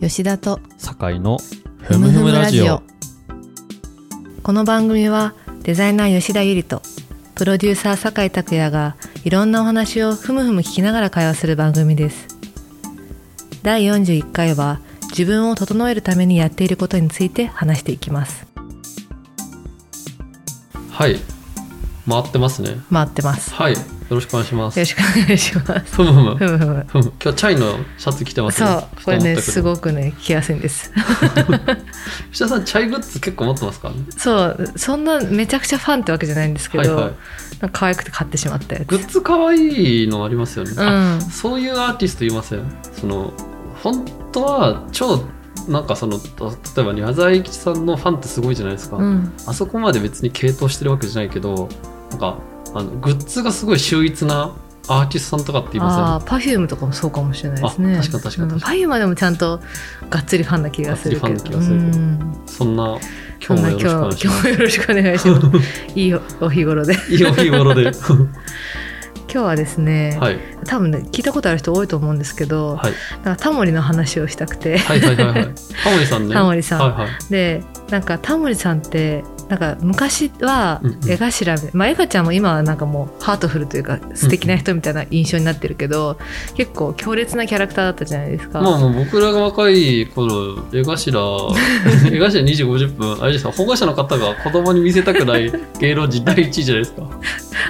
吉田と堺のふむふむラジオこの番組はデザイナー吉田ゆりとプロデューサー酒井拓也がいろんなお話をふむふむ聞きながら会話する番組です第41回は自分を整えるためにやっていることについて話していきますはい回ってますね回ってますよはいよろしくお願いしますろしくお願いしますふむふむふむふむふむ今日チャイのシャツ着てますそねうこれねすいごくね着やすいんです吉田さんチャイグッズ結構持ってますからねそうそんなめちゃくちゃファンってわけじゃないんですけはいど、はいなんか可愛くて買ってしまったやグつッズ可愛いのありますよね、うあんそういうアーティストいませんその本当は超なんかその例えば宮沢駅さんのファンってすごいじゃないですか、うんあそこまで別に傾倒してるわけじゃないけどなんかあのグッズがすごい秀逸なアーティストさんとかって言いあまあパフュームとかもそうかもしれないですねあ確かに確かに確かにパフュームはでもちゃんとがっつりファンな気がするけどがっつりファンな気がするけうどんせんそんなそ今ん日もなよろ今しくお願い日し今ま日もよすろしくお願いし ますいいお日頃 でいいお日頃で今日はですね、はい多分ね聞いたことある人多いと思うんですけど、はいなんかタモリの話をしたくてはいはいはいはいタモリさんねタモリさんはいはいでなんかタモリさんってなんか昔はうんうん江頭、まあ、江頭ちゃんも今はなんかもうハートフルというか素敵な人みたいな印象になってるけど、結構強烈なキャラクターだったじゃないですか、まあもう僕らが若い頃 江頭江頭2時50分あれですか保護者の方が子供に見せたくない芸能人第1位じゃないですか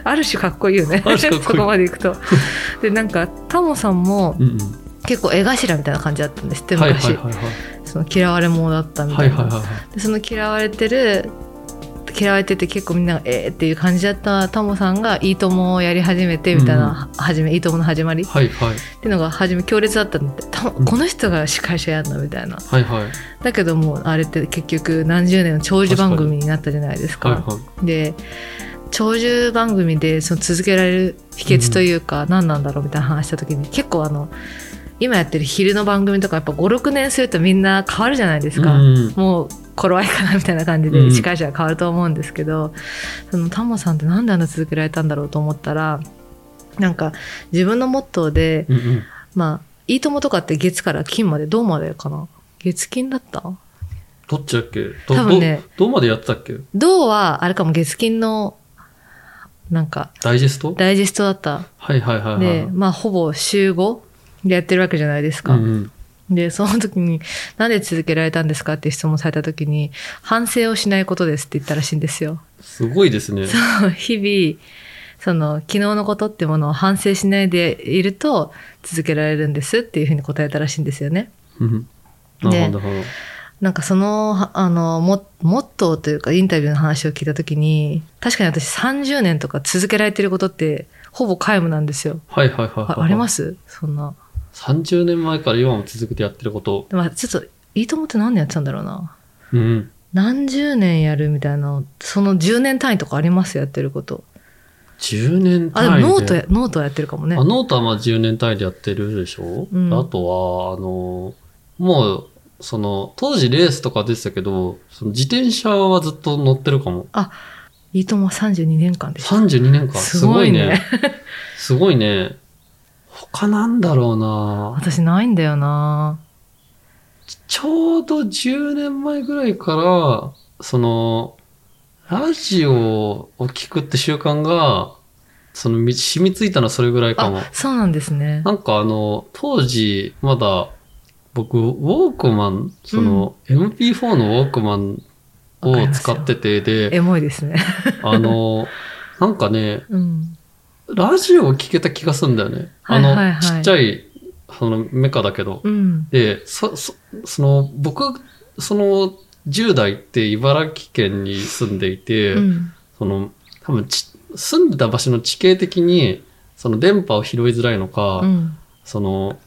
ある種かっこいいよねある種かっ そこいいこまでいくとでなんかタモさんもうんうん結構江頭みたいな感じだったんですってはいはい昔、はいはいその嫌われ者だったみはたいいな、はいはいでその嫌われてる嫌われてて結構みんながえーっていう感じだったタモさんが「いいとも」をやり始めてみたいな、始めいいともの始まりはいはいっていうのが初め強烈だったんだってたんこの人が司会者やんのみたいなはいはいだけどもうあれって結局何十年の長寿番組になったじゃないですかはいはいで長寿番組でその続けられる秘訣というか何なんだろうみたいな話した時に、結構あの今やってる昼の番組とかやっぱ56年するとみんな変わるじゃないですか、うんうんもう頃合いかなみたいな感じうんで司会者が変わると思うんですけど、そのタモさんってなんであんな続けられたんだろうと思ったらなんか自分のモットーで、うんうんまあ、いいともとかって月から金まで、どうまでかな月金だったどっちだっけど多分ねどどうまでやってたっけどうは、あれかも月金の、なんか、ダイジェストダイジェストだった。はいはいはいはい。で、まあ、ほぼ週5でやってるわけじゃないですうか。んうん、で、その時に、なんで続けられたんですかって質問された時に、反省をしないことですって言ったらしいんですよ。すごいですね。日々、その、昨日のことってものを反省しないでいると、続けられるんですっていうふうに答えたらしいんですよね。うんなるほどなるほど。なんかその、はあの、モモットーというかインタビューの話を聞いたときに、確かに私30年とか続けられてることって、ほぼ皆無なんですよ。はいはいはいはい、あありますそんな。 30年前から今も続けてやってること。まあちょっと、いいともって何年やってたんだろうな。うんうん。何十年やるみたいな、その10年単位とかありますやってること。 10年あ、単で位もノで。ートや、ノートはやってるかもねあ。ノートはまあ10年単位でやってるでしょ、うんあとは、あの、もう、その、当時レースとかでしたけど、その自転車はずっと乗ってるかも。いいともは32年間でした。 32年間。すすごごいいねね。すごいね。他なんだろうな私ないんだよなちょうど10年前ぐらいから、その、ラジオを聞くって習慣が、その、み染みついたのはそれぐらいかもあ。、そうなんですね。なんかあの、当時、まだ、僕、ウォークマン、その、MP4 のウォークマンわかりをます使よってて、で、エモいですね。あの、なんかね、うん。ラジオを聞けた気がするんだよね。あの、はいはいはいちっちゃい、その、メカだけど。うん。で、そ、そ、その、僕、その、10代って茨城県に住んでいて、うん。その、多分ち、住んでた場所の地形的に、その電波を拾いづらいのか、うん。その、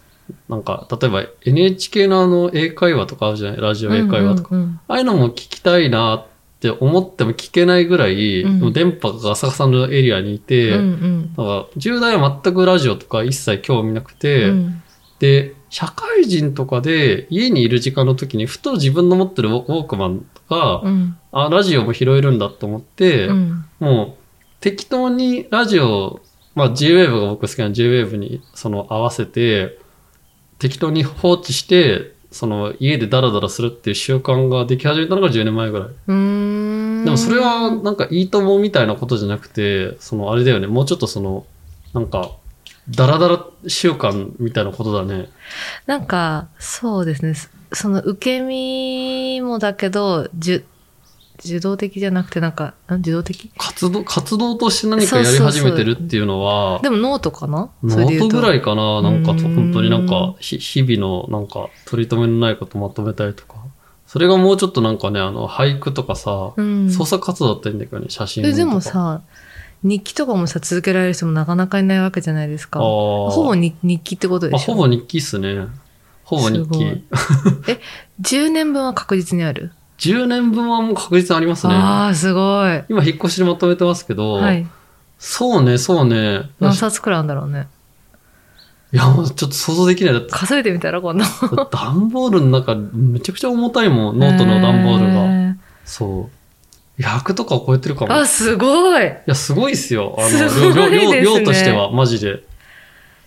なんか、例えば NHK のあの英会話とかあるじゃないラジオ英会話とか。うんうんうんああいうのも聞きたいなって思っても聞けないぐらい、うんもう電波がガサガサのエリアにいて、うんなんうんか10代は全くラジオとか一切興味なくて、うんで、社会人とかで家にいる時間の時にふと自分の持ってるウォークマンとか、うんあ、ラジオも拾えるんだと思って、うんもう適当にラジオ、まあ J-Wave が僕好きな J-Wave にその合わせて、適当に放置してその家でダラダラするっていう習慣ができ始めたのが10年前ぐらい。うーんでもそれはなんかいいともみたいなことじゃなくて、そのあれだよね、もうちょっとその、なんか、ダラダラ習慣みたいなことだね。なんか、そうですね。そその受け身もだけど、じゅ受動的じゃなくて、なんか、ん受動的活動、活動として何かやり始めてるっていうのは、でもノートかなそれノで言ートうぐと。らいかななんかと、うん本当になんか、ひ日々のなんか、取り留めのないことまとめたりとか。それがもうちょっとなんかね、あの、俳句とかさ、うん。創作活動だったらいいんだけどね、写真とえか。でもさ、日記とかもさ、続けられる人もなかなかいないわけじゃないですあか。ー、ほぼ日日記ってことであ、しょほぼ日記っすね。ほぼ日すごい記。 10年分は確実にある。 10年分はもう確実にありますね。ああ、すごい。今、引っ越しでまとめてますけど、はい。そうね、そうね。何冊くらいあるんだろうね。いや、もうちょっと想像できない。だって、数えてみたら、こんな。段ボールの中、めちゃくちゃ重たいもん、ノートの段ボールが。へそう。100とかを超えてるかも。ー。あ、いすごい。や、すごいっすよ。あの、すごいですね量量量としては、マジで。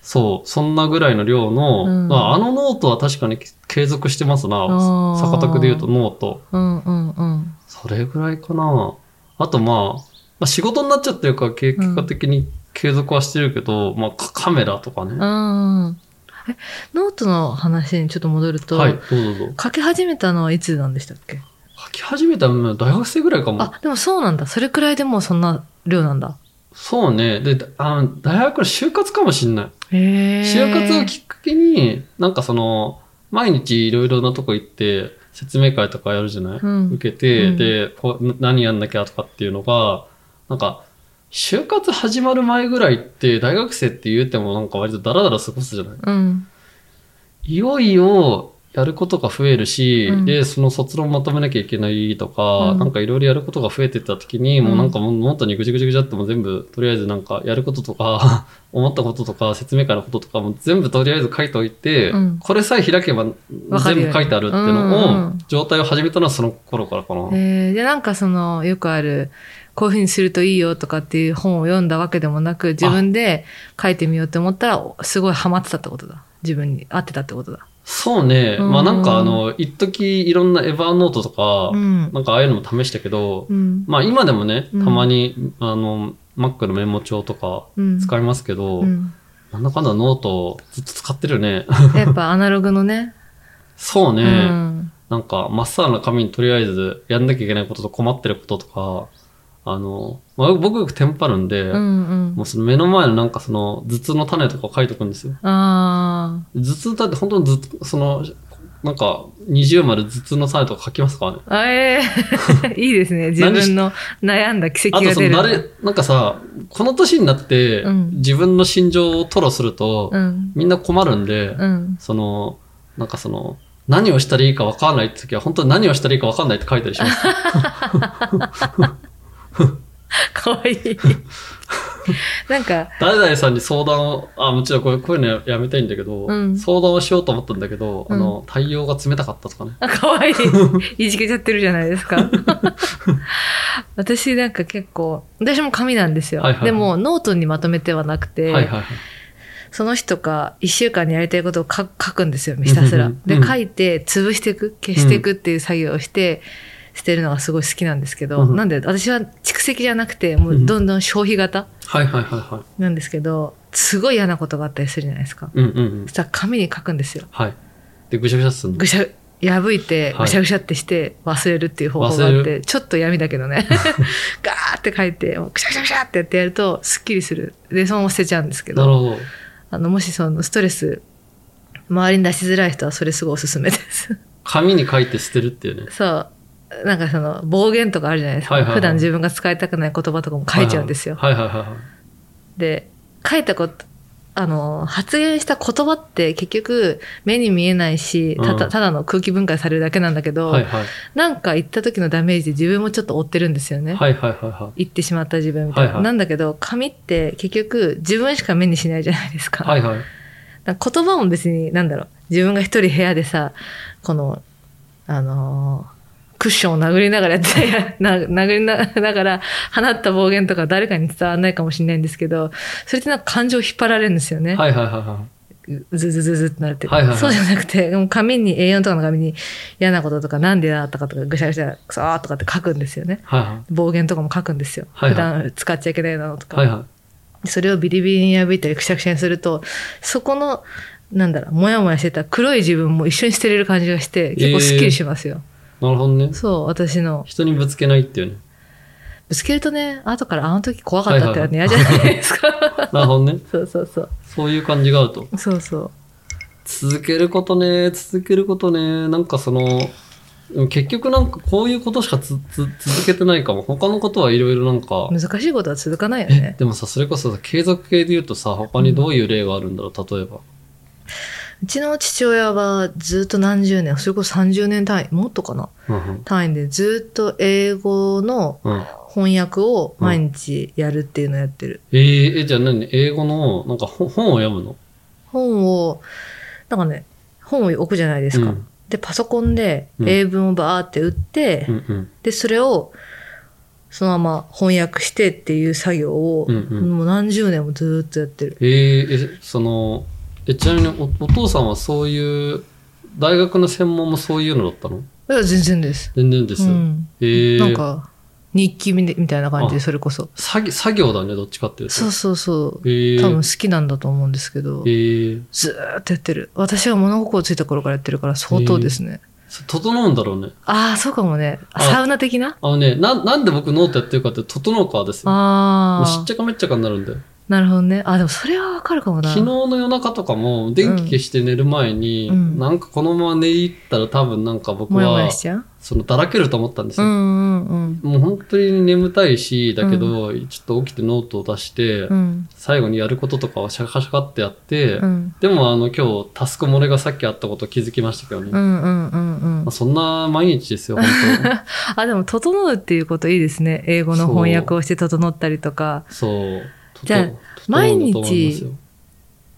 そう、そんなぐらいの量の、うんまあ、あのノートは確かに継続してますなあ。ー坂田区で言うとノート。うんうんうん。それぐらいかな。あと、まあ、まあ、仕事になっちゃってるから、け結果的に継続はしてるけど、まあ、カカメラとかね。うん。え、ノートの話にちょっと戻ると、はい、どうぞどうぞ。書き始めたのはいつなんでしたっけ書き始めたのは大学生ぐらいかも。あ、でもそうなんだ。それくらいでもうそんな量なんだ。そうね。で、あの大学の就活かもしんない。へえ。就活をきっかけに、なんかその、毎日いろいろなとこ行って、説明会とかやるじゃない、うん受けて、うんでこう、な何やんなきゃとかっていうのが、なんか、就活始まる前ぐらいって、大学生って言うてもなんか割とダラダラ過ごすじゃないうん。いよいよやることが増えるし、うんで、その卒論まとめなきゃいけないとか、うんなんかいろいろやることが増えてった時に、もうなんかももっとにぐちゃぐちゃぐちゃっても全部、とりあえずなんかやることとか、 思ったこととか、説明会のこととかも全部とりあえず書いておいて、うんこれさえ開けばわかるよ全部書いてあるっていうのを、うんうん状態を始めたのはその頃からかな。えー、で、なんかその、よくある、こういうふうにするといいよとかっていう本を読んだわけでもなく、自分で書いてみようって思ったら、おすごいハマってたってことだ。自分に合ってたってことだ。そうね、うんまあなんかあの、一時いろんなエヴァーノートとか、うん。なんかああいうのも試したけど、うん。まあ今でもね、たうんまに、あの、Mac のメモ帳とかうん。使いますけど、うん。なんだかんだノートずっと使ってるよね。 やっぱアナログのね。そうね。うん。なんか、真っ青な紙にとりあえずやんなきゃいけないことと困ってることとか、あの、まあ、僕よくテンパるんで、うんうもうその目の前のなんかその頭痛の種とかを書いとくんですよ。ん。あ頭痛だって本当に頭痛、その、なんか、二重丸頭痛の種とか書きますからね。あ。あえー、 いいですね。自分の悩んだ奇あ跡とがそ出のる。誰、なんかさ、この年になって、うん自分の心情を吐露すると、うん。みんな困るんで、うん。その、なんかその、何をしたらいいか分かんないって時は、本当に何をしたらいいか分かんないって書いたりし ます。かわいい。 なんか、誰々さんに相談を、あ、もちろんこういうこういうのややめたいんだけど、うん相談をしようと思ったんだけど、うんあの、対応が冷たかったとかね。あかわいい。いじけちゃってるじゃないです か。私なんか結構、私も紙なんですよ。はいはいはいでも、ノートにまとめてはなくて、はいはいはい。その日とか、一週間にやりたいことを書書くんですよ、ひたすら。うんで、書いて、潰していく、消していくっていう作業をして、捨てるのがすごい好きなんですけど、うんなんで、私は蓄積じゃなくて、もうどんどん消費型はいはいはいはい。なんですけど、すごい嫌なことがあったりするじゃないですか。うんうんうんそ。したら紙に書くんですよ。はい。で、ぐしゃぐしゃっすんのぐ。しゃ、破いて、はいぐしゃぐしゃってして忘れるっていう方法があっ忘れて、ちょっと闇だけど ね。ガーって書いて、もうぐしゃぐしゃぐしゃってやってやると、すっきりする。で、そのまま捨てちゃうんですけなど、るほど。あの、もしそのストレス、周りに出しづらい人はそれすごいおすすめです。 紙に書いて捨てるっていうね。そう。なんかその暴言とかあるじゃないですか。はいはいはい普段自分が使いたくない言葉とかも書いちゃうんですよ。はいはいはいはい。で、書いたこと、あの、発言した言葉って結局目に見えないし、たうだんただの空気分解されるだけなんだけど、はいはい。なんか行った時のダメージで自分もちょっと負ってるんですよね。はいはいはいは行ってしまった自分みたいな。はいはいなんだけど、紙って結局自分しか目にしないじゃないですか。い。はいはい。なんか言葉も別に、なんだろう、自分が一人部屋でさ、この、あのークッションを殴りながらやって、 な殴りなながら放った暴言とか誰かに伝わらないかもしれないんですけど、それってなんか感情を引っ張られるんですよね。はいはいはいはズズズズってなるって、はいはいはいそうじゃなくて、もう紙に、A4 とかの紙に嫌なこととか、なんでだったかとか、ぐしゃぐしゃ、くそーとかって書くんですよね。はいは暴言とかも書くんですよ。はいはい普段使っちゃいけないなのとい。か。はいはそれをビリビリに破いたりくしゃくしゃにすると、そこの、なんだろう、もやもやしてた黒い自分も一緒に捨てれる感じがして、結構スッキリしますよ。い。なるほどね。そう、私の。人にぶつけないっていうね。ぶつけるとね、後からあの時怖かったってはいはい嫌じゃないですか。 なるほどね。そうそうそう。そういう感じがあると。そうそう。続けることね、続けることね、なんかその、うん結局なんかこういうことしかつつ続けてないかも。他のことはいろいろなんか、難しいことは続かないよね。でもさ、それこそさ継続系で言うとさ、他にどういう例があるんだろう、例えば。うちの父親はずっと何十年、それこそ30年単位、もっとかなうんうん単位でずっと英語のうん、翻訳を毎日やるっていうのをやってる。えー、え、じゃあ何英語の、なんか本本を読むの本を、なんかね、本を置くじゃないですか。うんで、パソコンでうん英文をバーって打って、うんうん。で、それをそのまま翻訳してっていう作業を、うんうんもう何十年もずーっとやってる。えー、え、その、え、ちなみにおお父さんはそういう、大学の専門もそういうのだったのいや、全然です。全然です。うん。えー、なんか、日記みみたいな感じで、それこそ。作業作業だね、どっちかっていうと。そうそうそう。えー、多分好きなんだと思うんですけどえ、ー、ずーっとやってる。私が物心ついた頃からやってるから相当ですね。そ整うんだろうね。ああ、そうかもね。あサウナ的なあのね、な、なんで僕ノートやってるかって、整うからですよ。あもうしあっ。ちゃかめっちゃかになるんだよ。なるほどね。あ、でもそれはわかるかもな。昨日の夜中とかも、電気消して寝る前に、うんなんかこのまま寝入ったら多分なんか僕もやもやはし、ちゃうそのだらけると思ったんですうよ。んうんもう本当に眠たいし、だけど、ちょっと起きてノートを出して、うん。うん最後にやることとかをシャカシャカってやって、うんでもあの今日タスク漏れがさっきあったこと気づきましたけどね。うまんうんうんうんあ、。そんな毎日ですよ、本当あ、でも、整うっていうこといいですね。英語の翻訳をして整ったりとか、そう。じゃあとと整うんだと思いますよ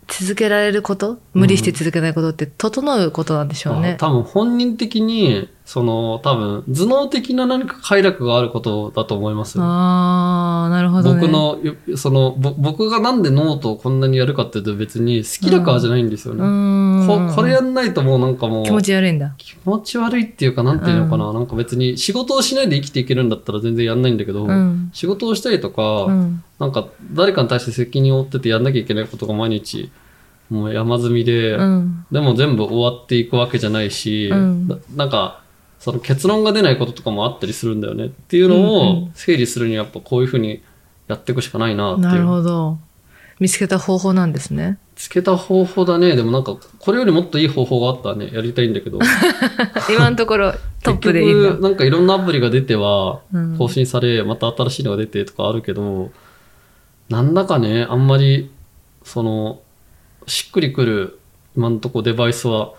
続けられること、無理して続けないことって、整うことなんでしょうあね。多分本人的に、その、多分頭脳的な何か快楽があることだと思いますよ。ああ、なるほどね。僕の、よその、ぼ僕がなんでノートをこんなにやるかっていうと別に好きだからじゃないんですようね。ーん、ここれやんないともうなんかもう気持ち悪いんだ。気持ち悪いっていうかなんていうのかな、うなんか別に仕事をしないで生きていけるんだったら全然やんないんだけど、うん。仕事をしたりとか、うん。なんか誰かに対して責任を負っててやんなきゃいけないことが毎日もう山積みで、うん。でも全部終わっていくわけじゃないし、うんななんかその結論が出ないこととかもあったりするんだよねっていうのうんうを整理するにはやっぱこういうふうにやっていくしかないなってなるいう。ほど。見つけた方法なんです ね。つけた方法だね。でもなんか、これよりもっといい方法があったらね、やりたいんだけど。今のところ、 トップでいい結んだ局。なんかいろんなアプリが出てはうん更新され、また新しいのが出てとかあるけどなんだかねあんまりそのしっくりくる今のとこデバイスは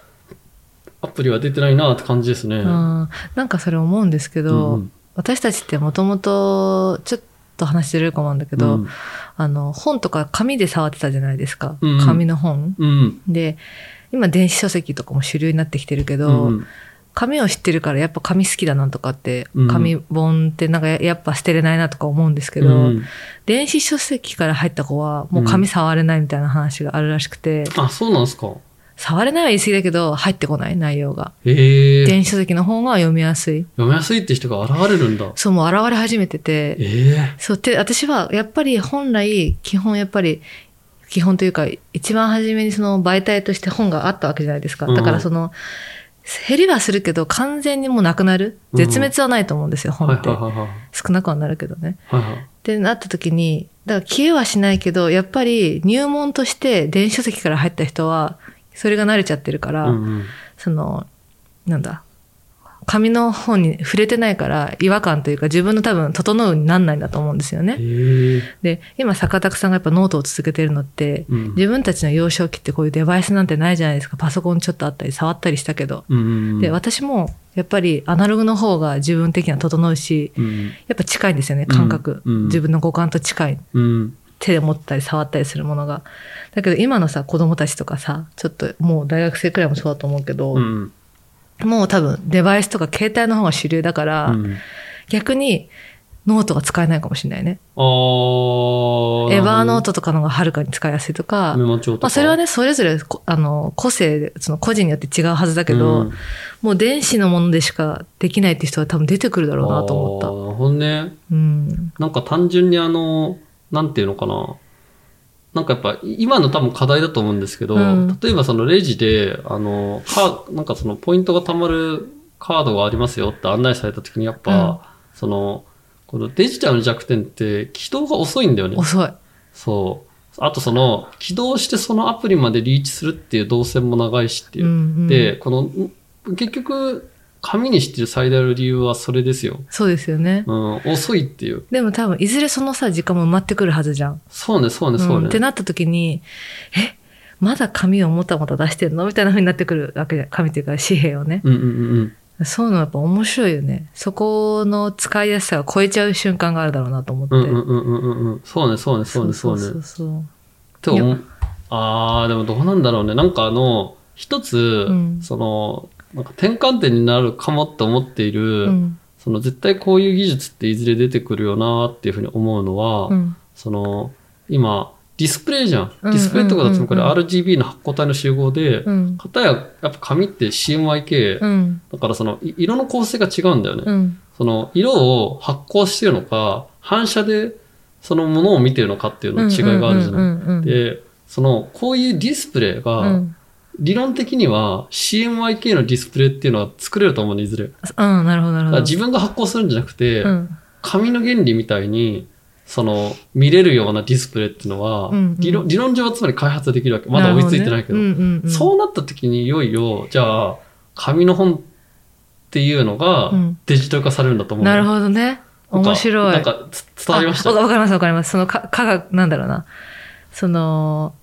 アプリは出てないなって感じですね。うんなんかそれ思うんですけど、うんうん私たちってもともとちょっと話してるかもなんだけど、うんあの本とか紙で触ってたじゃないですか、うんうん紙の本うんで今電子書籍とかも主流になってきてるけうど、んうん紙を知ってるからやっぱ紙好きだなとかって、うん紙本ってなんかややっぱ捨てれないなとか思うんですけど、うん電子書籍から入った子はもう紙触れないみたいな話があるらしくて、あそうなんですか。触れないは言い過ぎだけど入ってこない内容がええ電子書籍の方が読みやすい読みやすいって人が現れるんだ。そうもう現れ始めててええそうって私はやっぱり本来基本やっぱり基本というか一番初めにその媒体として本があったわけじゃないですかうんだからその、減りはするけど完全にもうなくなるうん絶滅はないと思うんですよ、は本いって、はいはいはい少なくはなるけどね。はいはいってなった時にだから消えはしないけどやっぱり入門として電子書籍から入った人はそれが慣れちゃってるから、うんうんそのなんだ紙の本に触れてないから違和感というか自分の多分整うになんないんだと思うんですよね。ええで今坂田さんがやっぱノートを続けてるのってうんうん自分たちの幼少期ってこういうデバイスなんてないじゃないですかパソコンちょっとあったり触ったりしたけど、うんで私もやっぱりアナログの方が自分的には整うしうんやっぱ近いんですよね感覚、うんうん自分の五感と近いうん手で持ったり触ったりするものがだけど今のさ子供たちとかさちょっともう大学生くらいもそうだと思うけど、うんもう多分デバイスとか携帯の方が主流だから、うん逆にノートが使えないかもしれないね。あー。エバーノートトとかの方がはるかに使いやすいとか、メモ帳とか。まあ、それはね、ね、それぞれこ、あの、個性で、その個人によって違うはずだけど、もう電子のものでしかできないって人は多分出てくるだろうなと思った。あーなるほどね。うん。なんか単純にあの、なんていうのかな。なんかやっぱ今の多分課題だと思うんですけど、うん例えばそのレジで、あの、カーなんかそのポイントが貯まるカードがありますよって案内された時にやっぱ、その、このデジタルの弱点って起動が遅いんだよね。遅い。そう。あとその、起動してそのアプリまでリーチするっていう動線も長いしっていうう。んうんで、この、結局、紙にしてる最大の理由はそれですよ。そうですよね。うん、遅いっていう。でも多分、いずれそのさ、時間も埋まってくるはずじゃん。そうね、そうね、そううん、ね。ってなった時に、えまだ紙をもたもた出してるのみたいな風になってくるわけじゃん。紙っていうか紙幣をね。うんうんうんうん。そういうのはやっぱ面白いよね。そこの使いやすさが超えちゃう瞬間があるだろうなと思って。うんうんうんうんうんうん。そうね、そうね、そうね、そうそねう。そうていや思うあー、でもどうなんだろうね。なんかあの、一つ、うんその、なんか転換点になるかもって思っている、そう。うん。その絶対こういう技術っていずれ出てくるよなっていうふうに思うのは、うん。その、今、ディスプレイじゃん。うデんィスプレイとかだとこれうんうん RGB の発光体の集合でう、ん。片ややっぱ紙って CMYK、うん。だからそのい色の構成が違うんだよね。うん。その色を発光してるのか、反射でそのものを見てるのかっていうのの違いがあるじゃうない。んうんうんうん、で、その、こういうディスプレイうが、ん。理論的には CMYK のディスプレイっていうのは作れると思うね、いずれ。だうん、なるほど、なるかほらど。自分が発光するんじゃなくて、うん。紙の原理みたいに、その、見れるようなディスプレイっていうのは、うんうん理論理論上はつまり開発できるわけ。まだ追いついてないけるほねうんど。うんうん、そうなった時にいよいよ、じゃあ、紙の本っていうのがうんデジタル化されるんだと思うの、なるほどね。なんか面白い。なんかつ伝わりましあた。わわかります、わかります。そのか、科学、なんだろうな。その、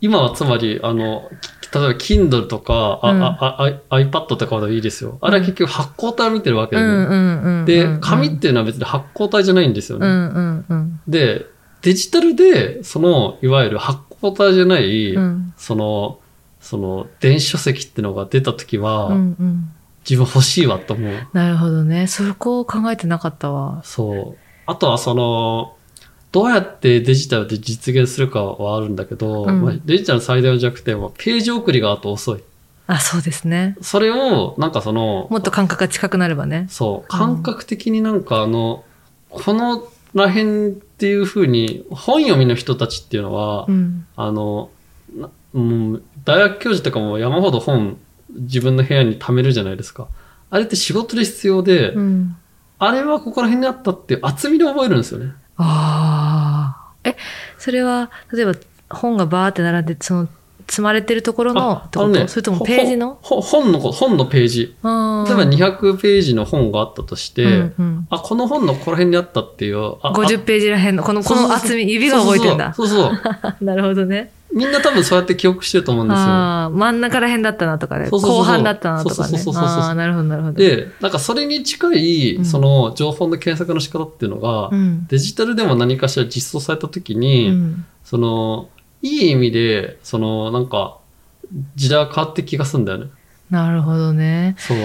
今はつまり、あの、き例えば Kindle とか、あうんああ iPad とかはいいですよ。あれは結局発光体を見てるわけうで、ねんうんうんうん。で、紙っていうのは別に発光体じゃないんですようね。んうんうん。で、デジタルで、その、いわゆる発光体じゃない、うんその、その、電子書籍ってのが出た時は、うんうん。自分欲しいわと思う。なるほどね。そこを考えてなかったわ。そう。あとはその、どうやってデジタルで実現するかはあるんだけど、うんまあ、デジタルの最大の弱点はページ送りがあと遅い。あ、そうですね。それを、なんかその、もっと感覚が近くなればね。そう、感覚的になんかあの、このら辺っていう風に、本読みの人たちっていうのは、うん。あの、なもう大学教授とかも山ほど本自分の部屋に貯めるじゃないですか。あれって仕事で必要で、うん。あれはここら辺にあったっていう厚みで覚えるんですよね。ああ。え、それは、例えば本がバーって並んで、その、積まれてるところのってあこのと、ねそれともほページのほ本のこ、本のページ。例えば例えば200ページの本があったとして、うんうん、あ、この本のここら辺にあったっていう、あ、 50ページらへんの、この、あこの厚み、指が覚えてんだ。そうそうそうそうそ うなるほどね。みんな多分そうやって記憶してると思うんですよ。ああ、真ん中らへんだったなとかね。そうそうそうそう後半だったなとかそうねそう。そうそうそうそうああ、なるほど、なるほど。、で、なんかそれに近うい、んその情報の検索の仕方っていうのが、うん。デジタルでも何かしら実装された時うに、ん。その、いい意味で、その、なんか、時代が変わって気がするんだよね。なるほどね。そう。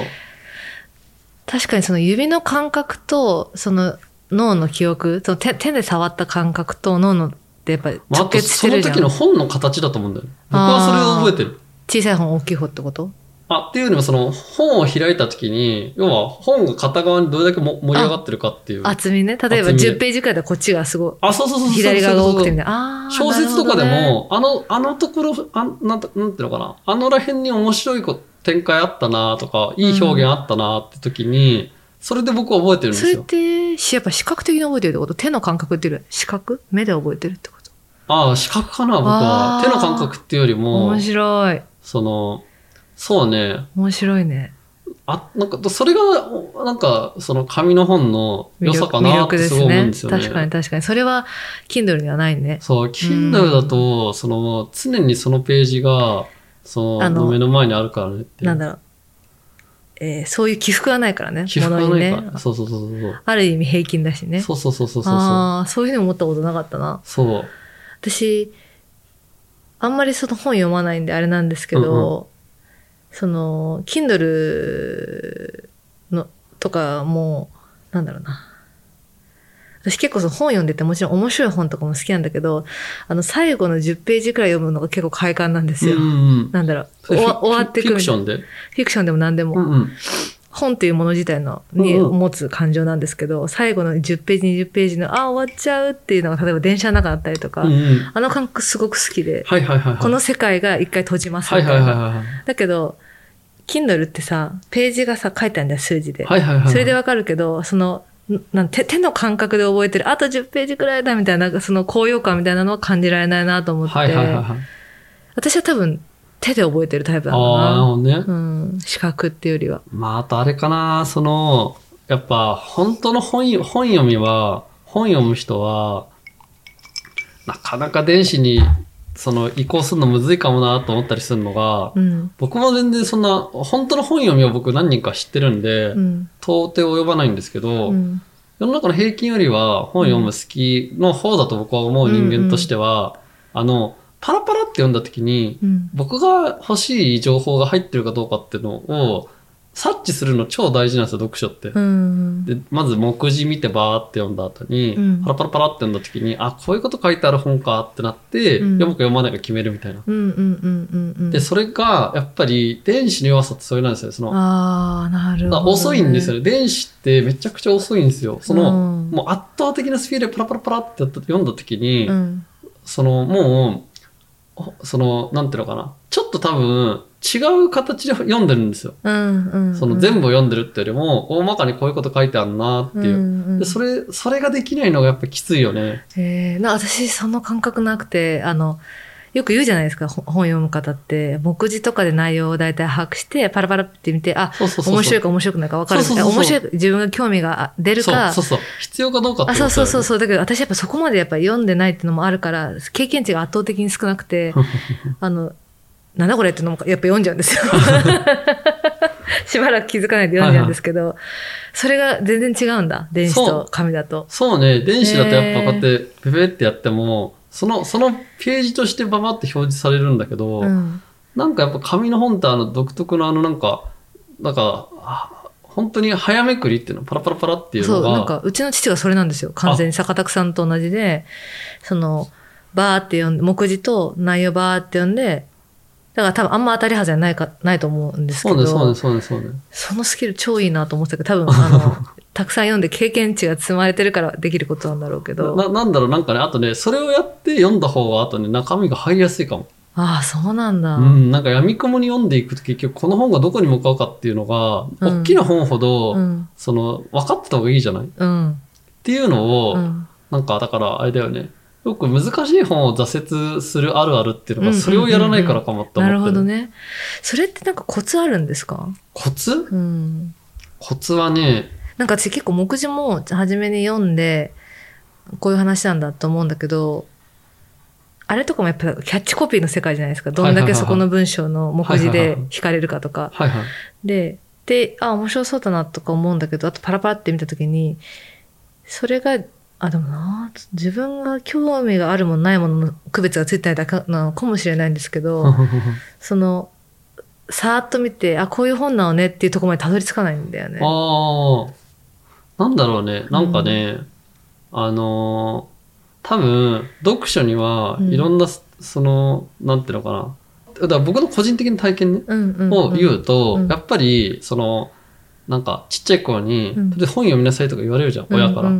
確かにその指の感覚と、その脳の記憶、その手手で触った感覚と脳のってやっぱりまあ、あ直と、結しそてのるじゃん。時の本の形だと思うんだよね。僕はそれを覚えてる。小さい方、大きい方ってことあ、っていうよりもその本を開いた時に、要は本が片側にどれだけも盛り上がってるかっていう。あ、厚みね。例えば厚み10ページくらいだったらこっちがすごそうそうそうい、そう。左側が多くてみたいな。ああ。小説とかでなるほどね、も、あの、あのところ、あんなんて、なんていうのかな。あのら辺に面白いこ展開あったなとか、いい表現あったなって時に、それで僕は覚えてるんでそすれっよ。て、しやっぱ視覚的に覚えてるってこと手の感覚っていうより視覚目で覚えてるってことああ、視覚かな、僕あーは。手の感覚っていうよりも面、白い。その、そうね。面白いね。あ、なんか、それが、おなんか、その紙の本の良さかなってすごい思うんですよね。確かに確かに。それは、Kindle にはないね。そう、Kindle だと、その、常にそのページが、そあのの、目の前にあるからねっていう。なんだろう。えーそういう起伏がないからね。起伏が物にないかねら。。そうそうそうそう。ある意味平均だしね。そうそうそうそうそうそう。ああ、そういうの思ったことなかったな。そう。私、あんまりその本読まないんであれなんですけど、その、Kindle の、とかも、なんだろうな。私結構その本読んでてもちろん面白い本とかも好きなんだけど、あの最後の10ページくらい読むのが結構快感なんですうんよ。うん。なんだろうそ終れわ、終わってくフィる。クショフンで。ィクションでも何でも。うんうん。本というもの自体のにうんうん持つ感情なんですけど、最後の10ページ、20ページの、あ、終わっちゃうっていうのが、例えば電車の中だったりとか、うんうん。あの感覚すごく好きで、はいはいはいはい。この世界が一回閉じますはみいたいな。はいはいはい。だけど、Kindle ってさ、ページがさ、書いてあるんだよ、数字で。はいはいはい。それでわかるけど、その、んなん手手の感覚で覚えてる、あと10ページくらいだみたいな、なんかその高揚感みたいなのは感じられないなと思って、はいはいはいはい。私は多分手で覚えてるタイプなんだああ、なるな。ほどね。うん、視覚っていうよりは。まあ、あとあれかな、その、やっぱ、本当の本よ本読みは、本読む人は、なかなか電子に、その、移行するのむずいかもなと思ったりするのが、うん。僕も全然そんな、本当の本読みを僕何人か知ってるんで、うん。到底及ばないんですけど、うん。世の中の平均よりは本読む好きの方だと僕は思う人間としては、あの、パラパラって読んだ時に、うん。僕が欲しい情報が入ってるかどうかっていうのを察知するの超大事なんですよ、読書って。うん。で、まず目次見てバーって読んだ後に、うんパラパラパラって読んだ時に、あ、こういうこと書いてある本かってなって、うん読むか読まないか決めるみたいな。うん。うん。うん。うん。で、それが、やっぱり、電子の弱さってそれなんですよ。その、ああ、なるほど、だから遅いんですよね。ね。電子ってめちゃくちゃ遅いんですよ。その、うんもう圧倒的なスピードでパラパラパラってやった読んだ時に、うん。そのもうお、その、なんていうのかな。ちょっと多分、違う形で読んでるんですよ。うん。うん。その全部を読んでるってよりも、大まかにこういうこと書いてあるなっていう。んうんで、それ、それができないのがやっぱきついよね。えー、な私その感覚なくてあのよく言うじゃないですかほ本読む方って目次とかで内容を大体把握してパラパラって見てあそうそうそうそう。面白いか面白くないか分かるみたいなそうそうそうそ面う白い自分が興味があ出るかそうそうそう。必要かどうかってあことそうそうそうう。そうだけど私やっぱそこまでやっぱ読んでないっていうのもあるから経験値が圧倒的に少なくてあのなんだこれっていうのもやっぱ読んじゃうん ですよしばらく気づかないで読んじゃうんですけど、それが全然違うんだ電子そうと紙だとそうね。電子だとやっぱこうやって、ペペってやっても、その、そのページとしてババって表示されるんだけど、うんなんかやっぱ紙の本ってあの独特のあのなんか、なんか、あ本当に早めくりっていうの、パラパラパラっていうそのう、が、なんか、うちの父がそれなんですよ。完全に坂拓さんと同じで、その、バーって読んで、目次と内容バーって読んで、だから多分あんま当たりはずじゃないか、ないと思うんですけそうど、ね、そうね、そうね、そうね。そのスキル超いいなと思ってたけど、 多分あの、たくさん読んで経験値が積まれてるからできることなんだろうけど、ななんだろう、なんかね、あとね、それをやって読んだ方が、あとね、中身が入りやすいかも。ああ、そうなんだ。うん、なんか闇雲に読んでいくと結局、この本がどこに向かうかっていうのが、うん大きな本ほど、うん。その、分かってた方がいいじゃないっうん。ていうのを、うん。なんか、だから、あれだよね。よく難しい本を挫折するあるあるっていうのうが、んうんうんうんそれをやらないからかもって思っなてるほどね。それってなんかコツあるんですかコツうん。コツはね、なんか私結構目次も初めに読んでこういう話なんだと思うんだけどあれとかもやっぱキャッチコピーの世界じゃないですかどんだけそこの文章の目次で惹かれるかとか。はいはい。でであ面白そうだなとか思うんだけどあとパラパラって見た時にそれがあでもな自分が興味があるものないものの区別がついてないだけなのかもしれないんですけどそのさーっと見てあこういう本なのねっていうところまでたどり着かないんだよね。 ああ、なんだろうね。なんかね、あのー多分、読書にはうんいろんな、その、なんていうのかな。だから僕の個人的な体験ね、うんうんうんを言うと、うんやっぱり、その、なんか、ちっちゃい子に、うん例えば本読みなさいとか言われるじゃん、親から。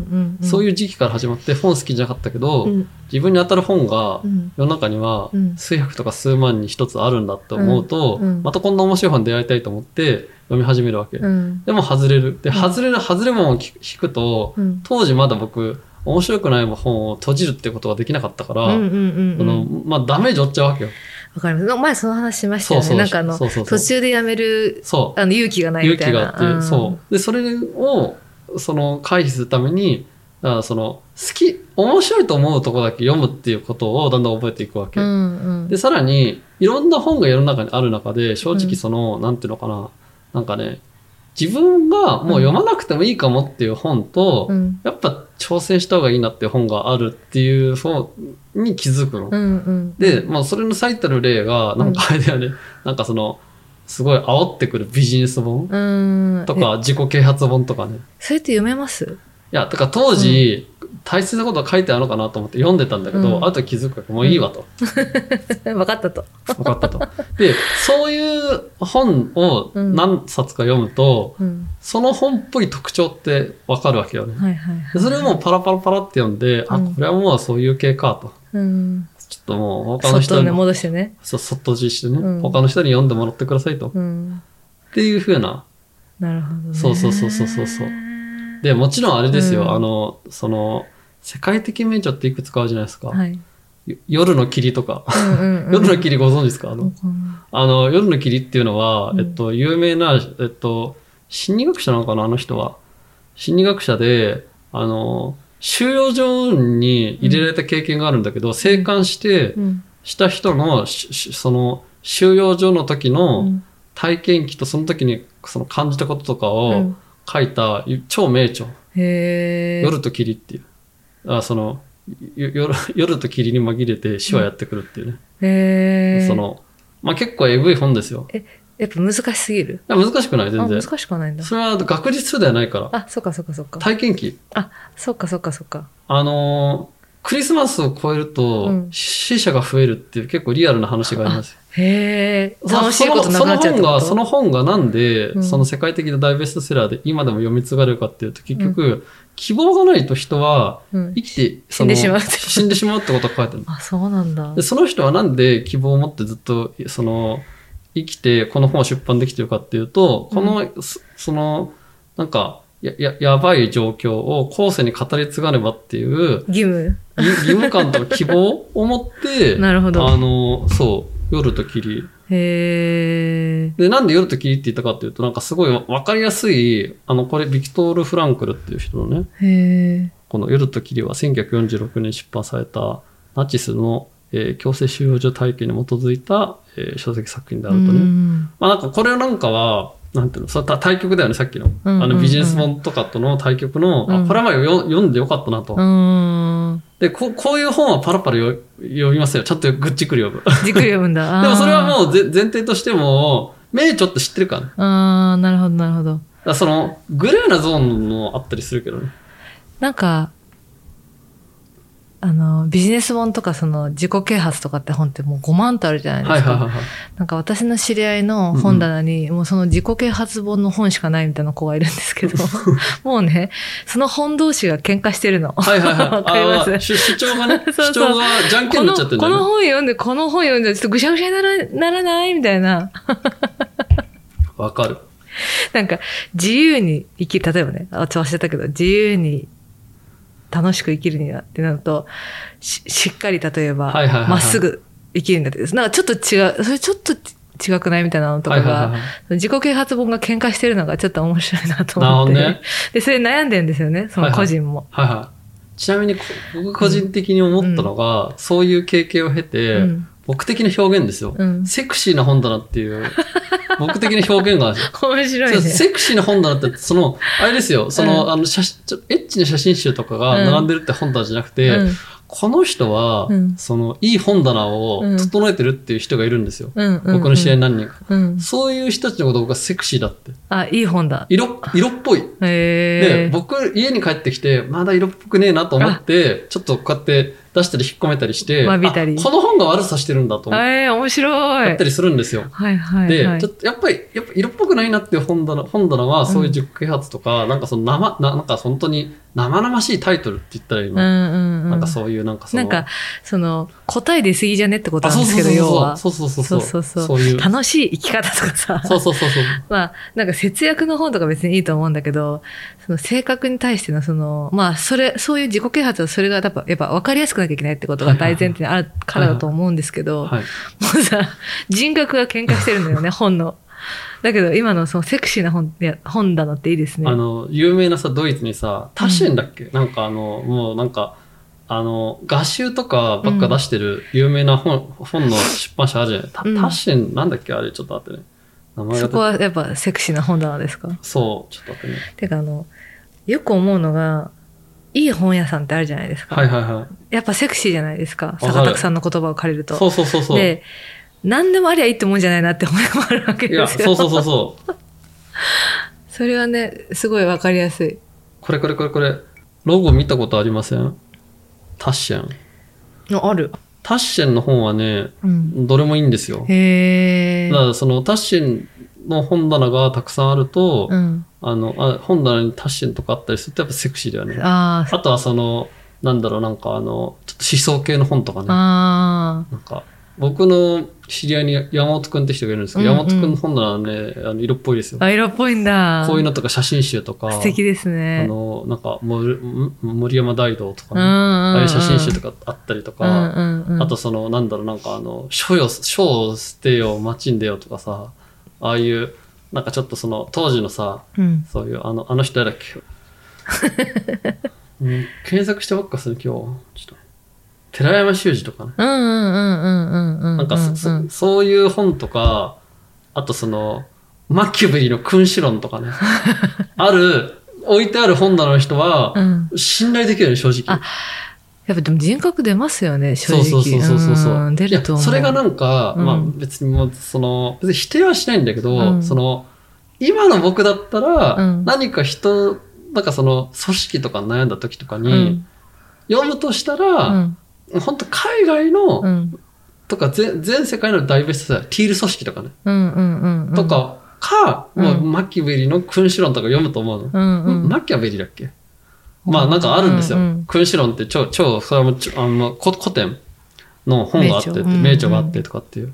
そういいう時期から始まって本好きじゃなかったけど、うん自分に当たる本がうん世の中にはうん数百とか数万に一つあるんだって思うと、うんうんまたこんな面白い本出会いたいと思って読み始めるわけ。うんでも外れる。で、うん外れる、外れもを聞聞くと、うん当時まだ僕、面白くない本を閉じるってことができなかったから、うんうんそうんうの、んまあ、ダメージ負っちゃうわけよ。わかります前その話しましたよそうそねうなんかあのそうそうそう途中でやめるそう。あの勇気がない勇みた気いながあって、そう。で、それを、その、回避するために、だからその、好き、面白いと思うとこだけ読むっていうことをだんだん覚えていくわけ。うんうんで、さらに、いろんな本が世の中にある中で、正うん直その、なんていうのかな、なんかね、自分がもう読まなくてもいいかもっていう本と、うんやっぱ挑戦した方がいいなっていう本があるっていう本に気づくの。うんうんで、まあそれの最たる例が、なんかあれだよね、なんかその、すごい煽ってくるビジネス本うんとか自己啓発本とかね。えそれって読めます いや、だから当時、大切なことは書いてあるのかなと思って読んでたんだけど、うんあと気づくからもういいわと。分かったと。分かったと。で、そういう本を何冊か読むと、うん。その本っぽい特徴ってわかるわけよね。はいはいではい。それをもうパラパラパラって読んで、あ、うんこれはもうそういう系かと。うん。ちょっともう他そっのと人にね、、戻してね。そうそっとじしてね、うん他の人に読んでもらってくださいと。うん。っていう風な。なるほど、ね。そうそうそうそうそうそうで、もちろんあれですよ、うんあの、その、世界的名著っていくつかあるじゃないですか。はい。よ夜の霧とか。うんうんうん、 夜の霧ご存知ですかあうの、んあの、夜の霧っていうのは、うんえっと、有名な、えっと、心理学者なのかな、あの人は。心理学者で、あの、収容所に入れられた経験があるんだけど、生還して、うんした人の、ししその、収容所の時うのん体験記とその時にその感じたこととかうをん書いたい超名著、へえ。夜と霧っていう。あ、その、よ夜夜と霧に紛れて死はやってくるっていうね。へえ。その、まあ、結構えぐい本ですよ。やっぱ難しすぎる。いや難しくない全あ、然難。しくはないんだ。それは学術書ではないから。あ、そっかそっかそっか。体験記。そっかそっかそっか。あのークリスマスを超えると、うん死者が増えるっていう結構リアルな話がありますよ。へえ。さ楽しいことなくなっちゃうってことそのその本が、その本がなんで、うんその世界的な大ベストセラーで今でも読み継がれるかっていうと、結局、希望がないと人はうん生きて、死んでしまうってこと死んでしまうってことが書いてある。あ、そうなんだで。その人はなんで希望を持ってずっと、その、生きて、この本を出版できてるかっていうと、この、そその、なんか、や、や、やばい状況を後世に語り継がねばっていう、義務。い義務感と希望を持っ て、なるほどあの、そう、夜と霧。へえ。で、なんで夜と霧って言ったかっていうと、なんかすごいわわかりやすい、あの、これ、ビクトール・フランクルっていう人のね、へえ。この夜と霧は1946年出版されたナチスの、えー強制収容所体験に基づいた、えー書籍作品であるとうね。んまあなんかこれなんかは、なんていうの、そうた対局だよね、さっきの。うんうんうんあのビジネス本とかとの対局の、うんあ、これはまあよ読んでよかったなと。うん。でこう、こういう本はパラパラよ読みますよ。ちゃんとぐっちくり読む。じっくり読むんだ。 でもそれはう。もうぜ前提としても、名著って知ってるからね。あーなるほど、なるほど。だからその、グレーなゾーンもあったりするけどね。なんか、あの、ビジネス本とか、その、自己啓発とかって本ってもう5万とあるじゃないではいすはいか。はいはい。なんか私の知り合いの本棚に、もうその自己啓発本の本しかないみたいな子がいるんです けど、もうね、その本同士が喧嘩してるの。はいはいは い。わかりますあー主主張がね、 そうそう主張がじゃんけんこにのなっちゃってるんだこよのね。本読んで、この本読んで、ちょっとぐしゃぐしゃにならならないみたいな。わかる。なんか、自由に生き、例えばね、あ、ちょっと忘れたけど、自由に楽しく生きるにはってなると、ししっかり例えば、はいはいはいはいまっすぐ生きるんだって、なんかちょっと違う、それちょっと違くないみたいなのとかはいはいはいはがい、。自己啓発本が喧嘩してるのがちょっと面白いなとなる思ほっどて。ね。で、それ悩んでんですよね、その個人も。はいはい。ちなみにこ僕個人的に思ったのが、そういう経験を経て、うん僕的な表現ですよ、うんセクシーな本棚っ ていう、僕的な表現があるんですよ。面白いそうね。セクシーな本棚って、その、あれですよ、その、うんあの写真、ちょエッチな写真集とかがうん並んでるって本棚じゃなくて、この人は、うんその、いい本棚をうん整えてるっていう人がいるんですよ。うん、うん。僕の知り合いい。何人か。うん。そういう人たちのことを僕はセクシーだって。あ、いい本だ。色、色っぽい。でへ、ー僕、家に帰ってきて、まだ色っぽくねえなと思って、ちょっとこうやって出したり引っ込めたりして、わびたりあこの本が悪さしてるんだと思って、えー、面白やっいた。りするんですよ。はいはいで、はい。ちょっとやっぱり、やっぱ色っぽくないなっていう本棚、本棚はそういう自己啓発とか、なんかその生、ななんか本当に生々しいタイトルって言ったらうんう今、んうん。なんかそういうなんかそなの、んか、その、答え出過ぎじゃねってことあ、なんそうですそうけど、そう要そはう。。そうそうそう。そうそうそうそういう。楽しい生き方とかさ。そうそうそうそう。まあ、なんか節約の本とか別にいいと思うんだけど、その性格に対してのその、まあ、それ、そういう自己啓発はそれがやっぱ、やっぱ分かりやすくなきゃいけないってことが大前提にあるからだと思うんですけど、もはい。うさ、人格が喧嘩してるのよね、本の。だけど今のそのセクシーな本、いや本棚っていいですね。あの、有名なさ、ドイツにさ、タシェンだっけ、なんかあの、もうなんか、あの、画集とかばっか出してる有名な本、本の出版社あるじゃないたうんタシェン、なんだっけあれ、ちょっと待ってね。名前がそ出こてはやっぱセクシーな本棚ですかそう、ちょっと待ってね。てかあの、よく思うのが、いい本屋さんってあるじゃないですか。はいはいはい。やっぱセクシーじゃないですか。かる坂田さんの言葉を借りると。そうそうそうそう。で、何でもありゃいいってもんじゃないなって思いもあるわけいで や、すよ。そうそうそうそう。それはね、すごいわかりやすい。これこれこれこれ。ロゴ見たことありませんタッシェン。ある。タッシェンの本はね、うん。どれもいいんですよ。へえだ。からそのタッシェンの本棚がたくさんあると、うん。あのあ、本棚にタッシェンとかあったりするとやっぱセクシーだよね。ああーとはその、なんだろう、なんかあの、ちょっと思想系の本とかね。あなんか、僕の知り合いに山本くんって人がいるんですけど、うんうん山本くんの本棚はね、あの色っぽいですよー。。あ、色っぽいんだ。こういうのとか写真集とか、素敵ですあね。の、なんか森、森山大道とかうんね、うんうんああいう写真集とかあったりとうんか、うんうん。あとその、なんだろう、なんかあの、書よ、書を捨てよ、街に出よとかさ、ああいう、なんかちょっとその、当時のさ、うん。そういう、あの、あの人誰だ っけうん検索してばっかする今日。ちょっと。寺山修司とかね。うんうんうんうんうんうん。なんかそ、うそそういう本とか、あとその、マキュベリの君主論と かね。ある、置いてある本棚の人はう、ん。信頼できるよね、正直あ。やっぱでも人格出ますよね、正そう直。そうそうそうそうそう。ん出ると思う。いやそれがなんか、うんまあ別にもう、その、別に否定はしないんだけど、うんその、今の僕だったら、うん何か人、なんかその、組織とか悩んだ時とかうに、ん、読むとしたうら、ん。本当海外の、うん。とか全、全世界の大ベストセラー、ティール組織とかね。うんうんうんうん。と、か、か、うんもうマキャベリの君主論とか読むと思うの。うんうん。マキャベリだっけまあなんかあるんですよ。うんうん君主論って超、超、それもちょあのこ古典の本があって名著うんうん名著があってとかっていう。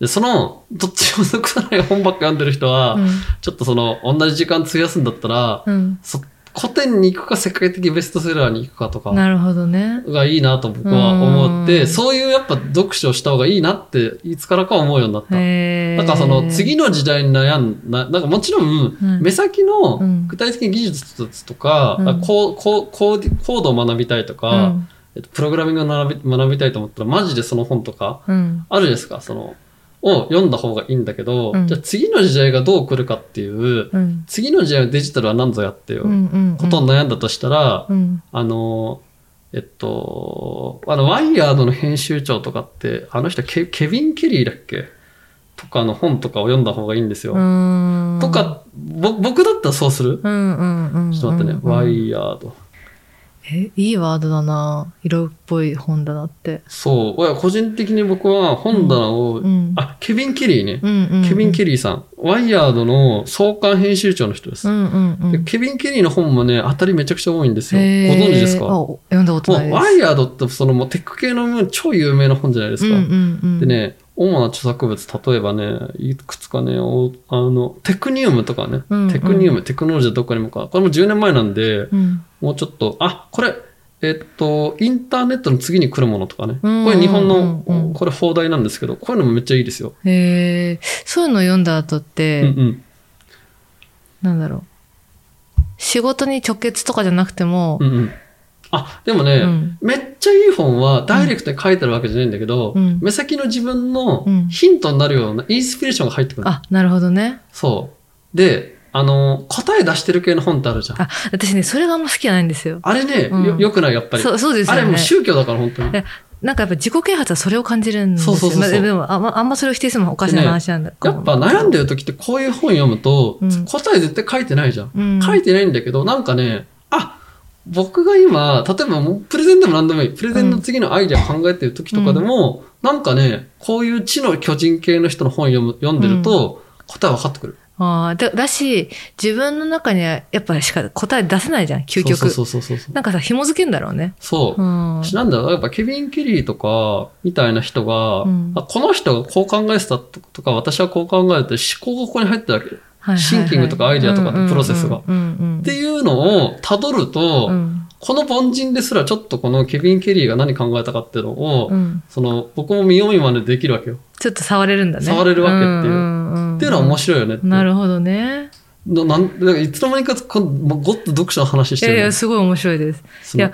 で、その、どっちも得さない本ばっか読んでる人は、うんちょっとその、同じ時間費やすんだったら、うん。そ古典に行くか世界的ベストセラーに行くかとか。なるほどね。がいいなと僕は思っうて、んそういうやっぱ読書をした方がいいなって、いつからか思うようになった。へえ。なんかその次の時代に悩んだ、なんかもちろんうん、目先うのん具体的な技術とか、うんこうこうこうコードを学びたいとうか、んえっとプログラミングを学び学びたいと思ったら、マジでその本とか、うん。あるじゃないですか、その、を読んだ方がいいんだけど、うんじゃあ次の時代がどう来るかっていう、うん。次の時代のデジタルは何ぞやっていううんうんうん。ことを悩んだとしたら、うん。あの、えっと、あの、ワイヤードの編集長とかって、あの人ケ、ケビン・ケリーだっけとかの本とかを読んだ方がいいんですよ。うん。と、か、ぼ、僕だったらそうする、うんうんうんうん。ちょっと待ってね。ワイヤード。え、いいワードだな。色っぽい本だなって。そう。いや、個人的に僕は本棚を、うん。あ、ケビン・ケリーねう。んうん。ケビン・ケリリーさん。ワイヤードの創刊編集長の人です。うんうんうでん。ケビン・ケリーの本もね、当たりめちゃくちゃ多いんですよ。ごへー存知ですかあも読んだことないでう、す。ワイヤードって、そのもうテック系の超有名な本じゃないですか。うんうんうん。でね、主な著作物、例えばね、いくつかね、おあの、テクニウムとかね、うんうんテクニウム、テクノロジーどこにもか、これも10年前なんで、うん。もうちょっと、あ、これ、えっと、インターネットの次に来るものとかね、うんうんうんこれ日本の、うんうんこれ放題なんですけど、こういうのもめっちゃいいですよ。へえ。そういうの読んだ後っうて、んうん。なんだろう。仕事に直結とかじゃなくてもう、んうん。あ、でもね、うんめっちゃいい本はダイレクトに書いてあるわけじゃないんだけど、うん目先の自分のうんヒントになるようなインスピレーションが入ってくる。あ、なるほどね。そう。で、あの、答え出してる系の本ってあるじゃん。あ、私ね、それがあんま好きじゃないんですよ。あれね、うんよよくない、やっぱり。そう、そうですあよね。れもう宗教だから、本当に。えなんかやっぱ自己啓発はそれを感じるんですよ。そうそうそうそうまあでもあんま、あんまそれを否定するのもおかしな話なんだやっぱ悩んでる時ってこういう本読むと、うん答え絶対書いてないじゃん。うん、書いてないんだけど、なんかね、あ、僕が今、例えばもうプレゼンでも何でもいい。プレゼンの次のアイデア考えてる時とかでも、なんかね、こういう知の巨人系の人の本読む読んでると、答え分かってくる。ああ、だだし、自分の中にはやっぱしか答え出せないじゃん、究極。そうそうそうそうそう。なんかさ、紐づけんだろうね。そうう。ん。うん。しなんだろう、やっぱケビン・ケリーとか、みたいな人が、うんあこの人がこう考えてたとか、私はこう考えて、思考がここに入ってたわけ。っはいはいはいシンキングとかアイデアとかのプロセスがうんうんうんうん。ていうのを辿ると、うんこの凡人ですらちょっとこのケビン・ケリーが何考えたかっていうのを、うん。その、僕も見よう見まねできるわけよ。ちょっと触れるんだね。触れるわけっていうんんんっていうのは面白いよねって。なるほどね。ななんなんかいつの間にかこうもうごっと読書の話いしてやいるのや、すごい面白いです。そのいや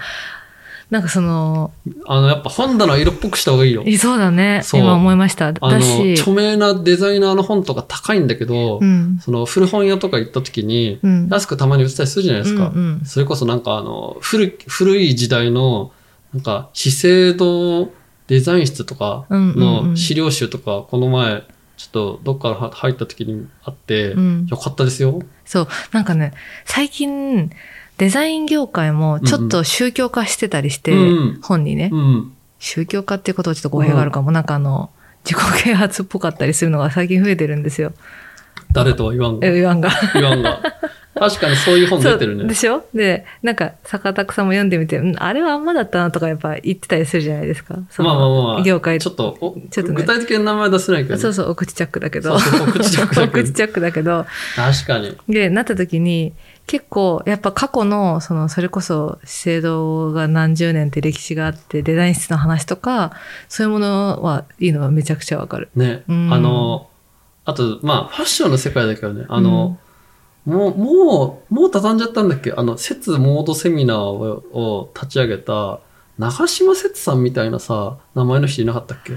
なんかその、あの、やっぱ本棚は色っぽくした方がいいよ。えそうだね。そう今思いました。あだの、し、著名なデザイナーの本とか高いんだけど、うん。その古本屋とか行った時に、うん。安くたまに売ってたりするじゃないですうか。んうんそれこそなんかあの古き古い時代のなんか資生堂デザイン室とかうんうんうのん資料集とかこの前ちょっとどっからは入った時にあってうんよかったですよ。そう、なんかね、最近、デザイン業界もちょっと宗教化してたりして、うん本にね、うん。宗教化っていうことはちょっと語弊があるかも、なんかあの、自己啓発っぽかったりするのが最近増えてるんですよ。誰とは言わんが。え、言わんが。言わんが。確かにそういう本出てるそうでね。しょで、なんか、坂田さんも読んでみて、うんあれはあんまだったなとかやっぱ言ってたりするじゃないですか。そのまあまあまあまあ。業界ちょっと、おちょっとね具体的な名前出せないけどね。そうそう、お口チャックだけど。そうそうお口チャックだけどお口チャックだけど。確かに。で、なった時に、結構、やっぱ過去の、その、それこそ、資生堂が何十年って歴史があって、デザイン室の話とか、そういうものは、いいのはめちゃくちゃわかる。ね。あうんの、あと、まあ、ファッションの世界だけどね、あの、もう、もう、もう畳んじゃったんだっけあの、節モードセミナーをを立ち上げた、長島節さんみたいなさ、名前の人いなかったっけ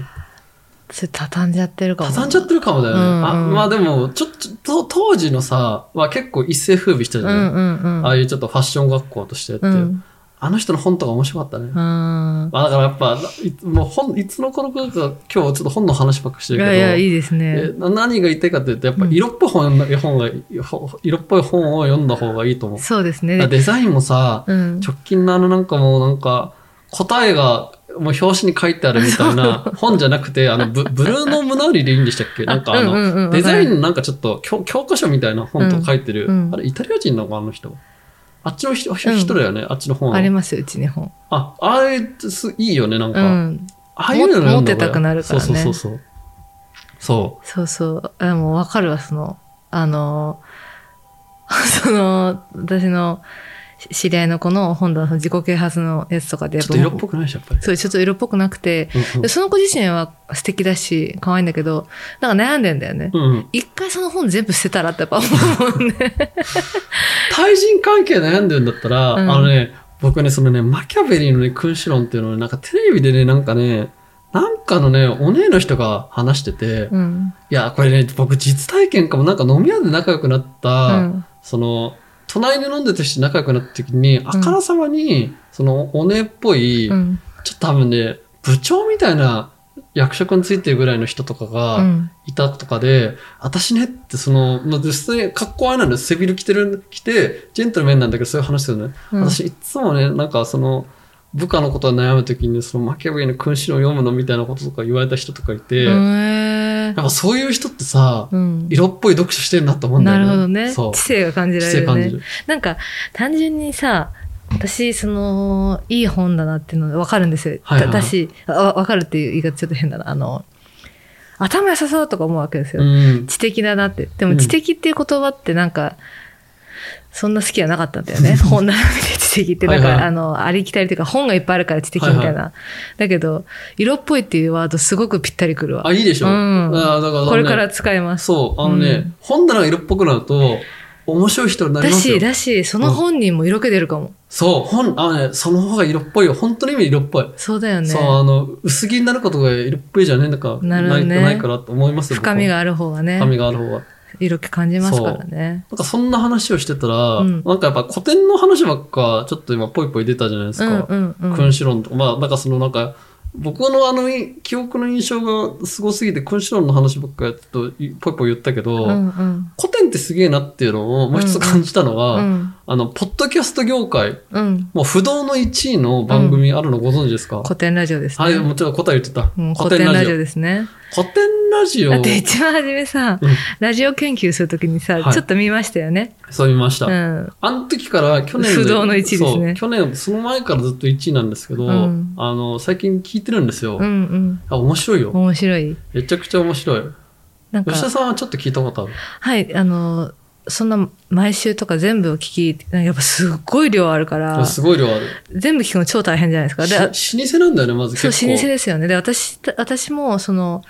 それ畳んじゃってるかも。畳んじゃってるかもだよね。うんうんあまあでも、ちょっと、当時のさ、は結構一世風靡したじゃうない、んうんうん。ああいうちょっとファッション学校としてって、うん。あの人の本とか面白かったね。うん。まあだからやっぱ、いもう本、いつの頃か今日ちょっと本の話ばっかりしているけど、やいや、いいですえね。な何が言いたいかというと、やっぱうん色っぽい本,、本が、ほ色っぽい本を読んだ方がいいと思う。そうですだからね。デザインもさ、うん。直近のあのなんかもうなんか、答えがもう表紙に書いてあるみたいな本じゃなくて、あのブ、 ブルーノ・ムナーリでいいんでしたっけなんかあの、うんうんうんわかるデザインのなんかちょっと教教科書みたいな本と書いてる、うんうんあれイタリア人なのかあの人。あっちの人人だよね、あっちの本。ありますよ、うちに本。あ、あれす、いいよね、なんうか。ん。ああいうの読んだ持ってたくなるからねそうそうそうそう。そそうそう。あもうわかるわ、その、あの、 その、私のし知り合いの子の本だ、その自己啓発のやつとかでう。やちょっと色っぽくくないし、やっぱり。そう、ちょっと色っぽくなくて、う んでその子自身は素敵だし、可愛いんだけど、なんか悩んでんだよね。うんうん。一回その本全部捨てたらってやっぱ思う もんね。対人関係悩んでるんだったら、うんあのね、僕ね、そのね、マキャベリーのね、君主論っていうのをね、なんかテレビでね、なんかね、なんかのね、お姉の人が話してて、いうん。や、これね、僕実体験かも、なんか飲み屋で仲良くなった、うんその、隣で飲んでた人仲良くなった時に、あからさまに、その、お姉っぽい、うん。ちょっと多分ね、部長みたいな役職についてるぐらいの人とかが、うん。いたとかで、私ねって、その、まあ、普通に格好あれなんだよ。背広着てる、着て、ジェントルメンなんだけど、そういう話するのね。うん私、いつもね、なんかその、部下のことは悩むときに、その、マキャベリの君主論を読むのみたいなこととか言われた人とかいて、やっへーぱそういう人ってさ、うん。色っぽい読書してるなと思うんだなよね。るほどね。そう知。性が感じられ姿勢る感ねじ。る。なんか単純にさ私そのいい本だなっていうの分かるんですよ、はいはいはだいしあ分かるっていう言い方ちょっと変だなあの頭良さそうとか思うわけですよ、うん。知的だなってでうもん知的っていう言葉ってなんか、そんな好きじゃなかったんだよね本並べて知的ってだから、はいはいあのありきたりというか本がいっぱいあるから知的みたいな、はいだけど色っぽいっていうワードすごくぴったりくるわあ、いいでしょ。うんあだからこれからね使いますそう、あのね、うん本棚が色っぽくなると、面白い人になりだますよし。だしその本人も色気出るかも、そう、本、あのね、その方が色っぽいよ。本当の意味で色っぽい。そうだよねそう、あの、薄着になることが色っぽいじゃねえんだか、なるほなどいねないからと思いますよ。僕は深みがある方がね深みがある方が。色気感じますからね。なんかそんな話をしてたら、うんなんかやっぱ古典の話ばっか、ちょっと今ぽいぽい出たじゃないですうか。んうんうん。君主論とか、まあなんかそのなんか、僕のあのい記憶の印象がすごすぎて、君主論の話ばっかやっといぽいぽい言ったけど、うんうん古典ってすげえなっていうのをもう一つ感じたのが、うんあの、ポッドキャスト業界、うん。もう不動の1位の番組あるのご存知ですか、古典ラジオですね。はい、もうちょっと答え言ってた。うん古古典典ララジジオオ。ですね。古典ラジオだって一番初めさ、うんラジオ研究するときにさ、はいちょっと見ましたよね。そう見ました。うん。あの時から去年不動の一位ですねそう去年、その前からずっと1位なんですけど、うんあの、最近聞いてるんですよ。うんあ、面白いうん。よ。面白い。めちゃくちゃ面白い。なんか吉、田さんはちょっと聞いたことある。はい、あの、そんな毎週とか全部を聞き、なんかやっぱすっごい量あるから、すごい量ある。全部聞くの超大変じゃないですか。でし老舗なんだよね、まず結そう、構。老舗ですよね。で、私、私も、その、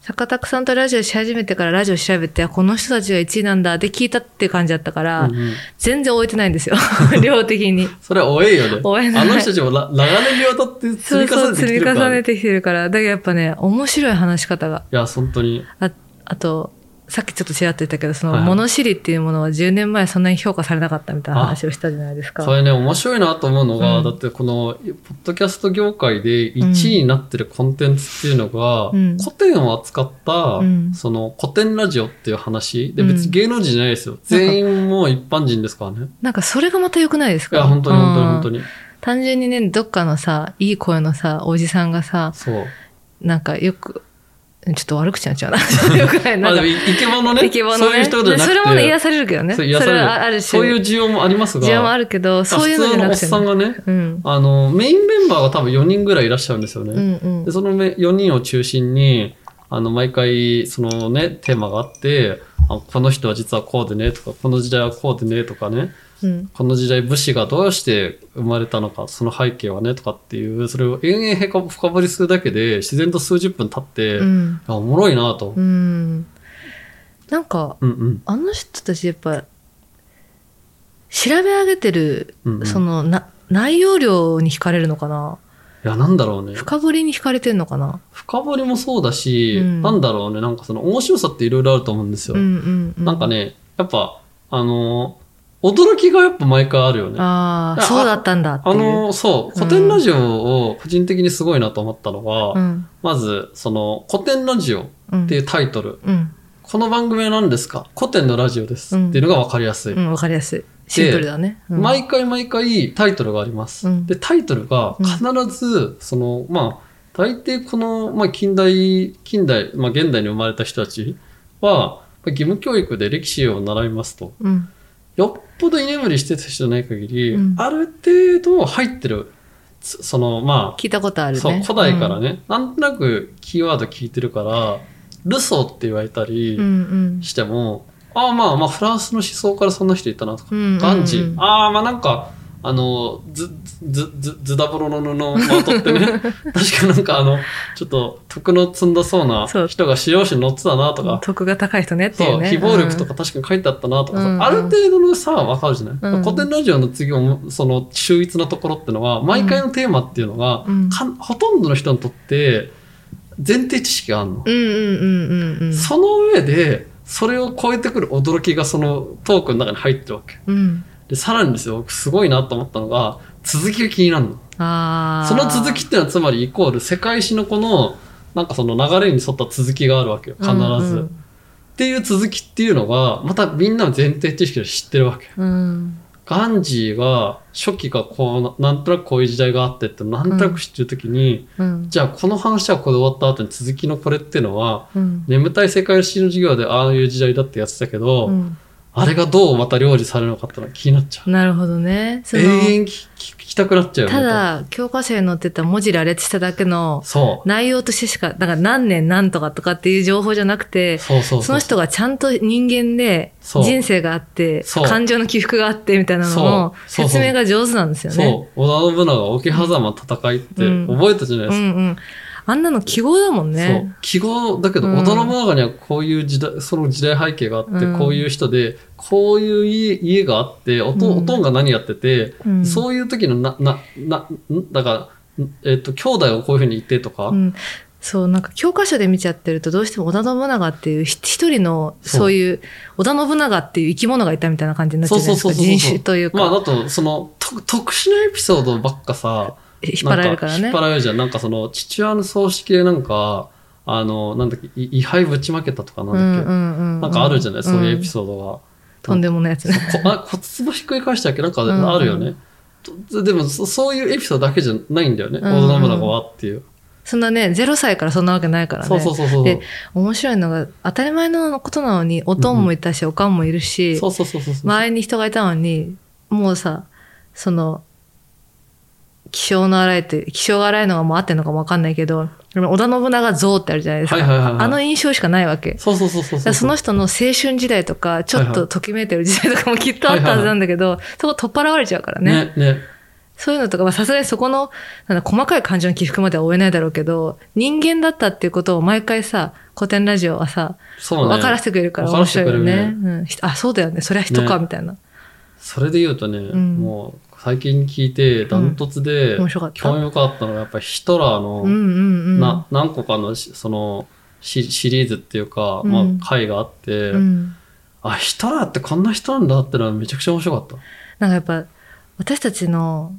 坂田さんとラジオし始めてからラジオ調べて、あこの人たちが1位なんだって聞いたって感じだったから、うんうん全然終えてないん ですよ。量的に。それは多いよね。多いなあの人たちもら長年にわたって積そみうそう、重ねてきて積るみから。重ねてきてるから。だけどやっぱね、面白い話し方が。いや、本当に。ああと、さっきちょっとちらっと言ったけど、そのはいはい物知りっていうものは10年前そんなに評価されなかったみたいな話をしたじゃないですか。それね、面白いなと思うのが、うんだってこの、ポッドキャスト業界で1位になってるコンテンツっていうのが、うん古典を扱った、んその古典ラジオっていう話。で、うん別に芸能人じゃないですよ。全員もう一般人ですからね。なんかそれがまた良くないですいかや、本当に本当に本当に。に。単純にね、どっかのさ、いい声のさ、おじさんがさ、そう。なんかよく、ちょっと悪口になっちゃうな。 よくない。まなあんでかも、、イケボのねイケボのねそういう人じゃなくて。それもね、癒されるけどね。そそうれ癒されるはある種。そういう需要もありますが、需要もあるけど、そういうのじゃ普通のおなっくてさんね。がね、うん。あの、メインメンバーが多分4人ぐらいいらっしゃるんですよね。うんうんで、。そのめ4人を中心に、あの、毎回、そのね、テーマがあって、あこの人は実はこうでねとか、この時代はこうでねとかね、うん。この時代武士がどうして生まれたのか、その背景はねとかっていう、それを延々へか深掘りするだけで、自然と数十分経って、ういん。やおもろいなと。うん。なんか、うんうん。あの人たちやっぱ、調べ上げてる、うんうんその、な、内容量に惹かれるのかないや、なんだろうね。深掘りに惹かれてるのかな深掘りもそうだし、うんなんだろうね、なんかその面白さっていろいろあると思うんですよ。うんうんうん。なんか。ね、やっぱ、あのー驚きがやっぱ毎回あるよね。あああ、あそうだったんだっていう。のーそう、古典ラジオを個人的にすごいなと思ったのは、うん。まず、その、古典ラジオっうん。ていうタイトル。うん。この番組は何ですか古典のラジオです。うんっていうのがわかりやすい。うん、わかりやすい。シンプルだね。うん毎回毎回タイトルがあります。うんで、タイトルが必ず、その、まあ、大抵この、まあ、近代、近代、まあ、現代に生まれた人たちは、まあ義務教育で歴史を習いますと。うん。よっぽど居眠りしてた人じゃない限り、うんある程度入ってる、つその、ま聞いたことああ、るね。そう、古代からね。ね、なんとなくキーワード聞いてるから、ルソーって言われたうんりうんしても、ああまあまあ、フランスの思想からそんな人いたなとか、うんうんうん。ガンジー。ああ、まあなんか、あの、ず、ず、ず、ずだぼろの布の的っ てね、確かなんかあの、ちょっと徳の積んだそうなそう人が使用紙に乗ってたなとか、得が高い人ねっていそうう、ね。非暴力とか確かに書いてあったなとかさ、うんある程度のさ、わかるじゃない、うん古典ラジオの次も、その、秀逸なところってのは、毎回のテーマっていうのが、うんかんほとんどの人にとって、前提知識があるの。うん。うんうんうんうんうん。その上で、それを超えてくる驚きがそのトークの中に入ってるわけ。うん。で、さらにですよ、僕すごいなと思ったのが、続きが気になるの。ああ。その続きっていうのはつまりイコール世界史のこの、なんかその流れに沿った続きがあるわけよ、必ず。うんっていう続きっていうのが、またみんなの前提知識で知ってるわけ。うん。ガンジーが、初期がこう、なんとなくこういう時代があってって、なんとなく知ってるときに、うん。じゃあこの話はこれ終わった後に続きのこれっていうのは、うん。眠たい世界史の授業でああいう時代だってやってたけど、うんあれがどうまた料理されるのかってのが気になっちゃう。なるほどね。そ永の遠聞き聞きたくなっちゃうよねただ、教科書に載ってた文字羅列しただけのそ内容としてしか、だから何年何とかとかっていう情報じゃなくてう。、そうそうそう。その人がちゃんと人間で、そう人生があって、そう感情の起伏があってみたいなののそうそうそう説明が上手なんですよね。そう。織田信長、桶狭間戦いってうん覚えたじゃないうですか。んうん。あんなの記号だもんそうね。。記号、だけど、うん織田信長にはこういう時代、その時代背景があって、うんこういう人で、こういう家家があって、おと,、うんおとんが何やってて、うんそういう時のな、な、な、んだから、んえっ、と、兄弟はこういうふうにいてとか、うん、そうなんか教科書で見ちゃってるとどうしても織田信長っていうひ一人のそうそういう織田信長っていう生き物がいたみたいな感じになっちゃうじゃないですそうかそうそうそう人種というか、まあ、だと、その、と特殊なエピソードばっかさ、引っ張られるからなんね引っ張られるじゃん。なんかその、父親の葬式でなんか、あの、なんだっけ、い位牌ぶちまけたとかなんだっけ、なんかあるじゃない、そういうエピーソードが。とんでもないやつねこあ骨壺ひっくり返したっけなんかんうんあるよね。とでもそ、そういうエピソードだけじゃないんだよね。う大んうん人信長はっていう。そんなね0歳からそんなわけないからねそうそうそうそう。で面白いのが当たり前のことなのにおとんもいたし、おかんもいるしそうそうそうそうそう。周りに人がいたのにもうさその気性の荒いって気性が荒いのがもう合ってるのかもわかんないけどでも織田信長像ってあるじゃないですか、はいはいはいはいあの印象しかないわけだかそうそうそうそうそう。らその人の青春時代とかちょっはいはといときめいてる時代とかもきっとあったはずなんだけど、そこ取っ払われちゃうからねね、ね。そういうのとかまあさすがにそこのなんだ細かい感情の起伏までは追えないだろうけど人間だったっていうことを毎回さ古典ラジオはさ、そうね。分からせてくれるから分か面らせ白ていくれよるねねうん、ひあそうだよねそりゃ人かねみたいな、それで言うとね、んもう、最近聞いて、ダントツで、うん面白かった興味深かったのが、やっぱりヒトラーの、うんうんうんな何個かのしそのシシリーズっていうか、うんまあ、回があって、うん、あ、ヒトラーってこんな人なんだってのはめちゃくちゃ面白かっなんかやっぱ私たちの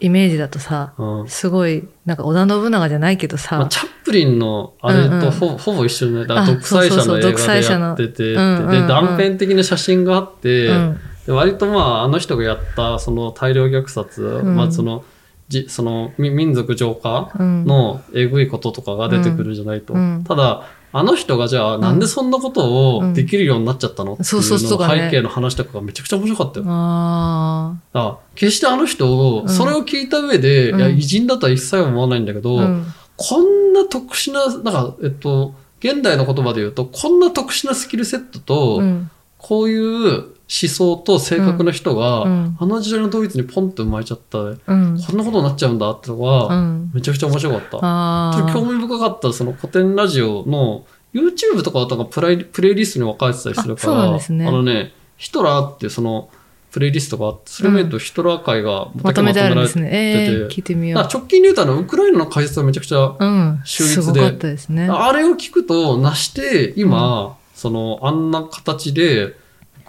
イメージだとさた。うん。すごいなんか織田信長じゃないけどさ、まあ、チャップリンのあれとほ,、ほぼ一緒ね。だからあ独そう裁者そうそのう映独画で裁者のやってて、うんうんうんで、断片的な写真があって、うんで割とまああの人がやったその大量虐殺、んまあそのじそのみ民族浄化うんのえぐいこととかが出てくるんじゃないと、うんうんただあの人がじゃあなんでそんなことうをんできるようになっちゃったのっていうそうそうそのうだのね背景の話とかがめちゃくちゃ面白かったよ。だかあら決してあの人うをんそれを聞いた上で、うんいや偉人だとは一切思わないんだけど、あ、うんこんな特殊ななんかえっと現代の言葉で言うとこんな特殊なスキルセットと、うんこういう思想と性格の人が、うんあの時代のドイツにポンって生まれちゃった、うんこんなことになっちゃうんだってのが、うんめちゃくちゃ面白かった。あちょっと興ー味深かった、その古典ラジオの YouTube とかだとなんかプレイプレイリストに分かれてたりするから、あそうなんですねあのね、ヒトラーっていうそのプレイリストがあって、それを見るとヒトラー会がまとめてあるんですね。ねえてー、聞いてみよだうから直近で言うとあの、ウクライナの解説はめちゃくちゃうん秀逸すでごかったですねあれを聞くと、なして、今、その、あんな形で、ウ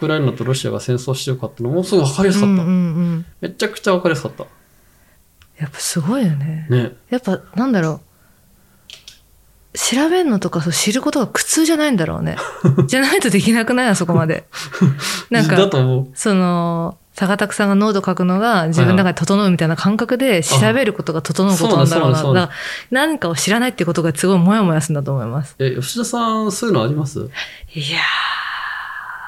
クライナとロシアが戦争してるかってのも、すごい分かりやすかうっんた。うんうんめちゃくちゃ分かりやすかった。やっぱすごいよねね。やっぱなんだろう調べんのとかそう知ることが苦痛じゃないんだろう ねじゃないとできなくないあそこまでなんだかと思う。その坂拓さんがノート書くのが自分の中で整うみたいな感覚で調べることが整うことなんだろうなそうだそうだそうだだから何かを知らないってことがすごいモヤモヤするんだと思いますえ、吉田さん、そういうのありますいや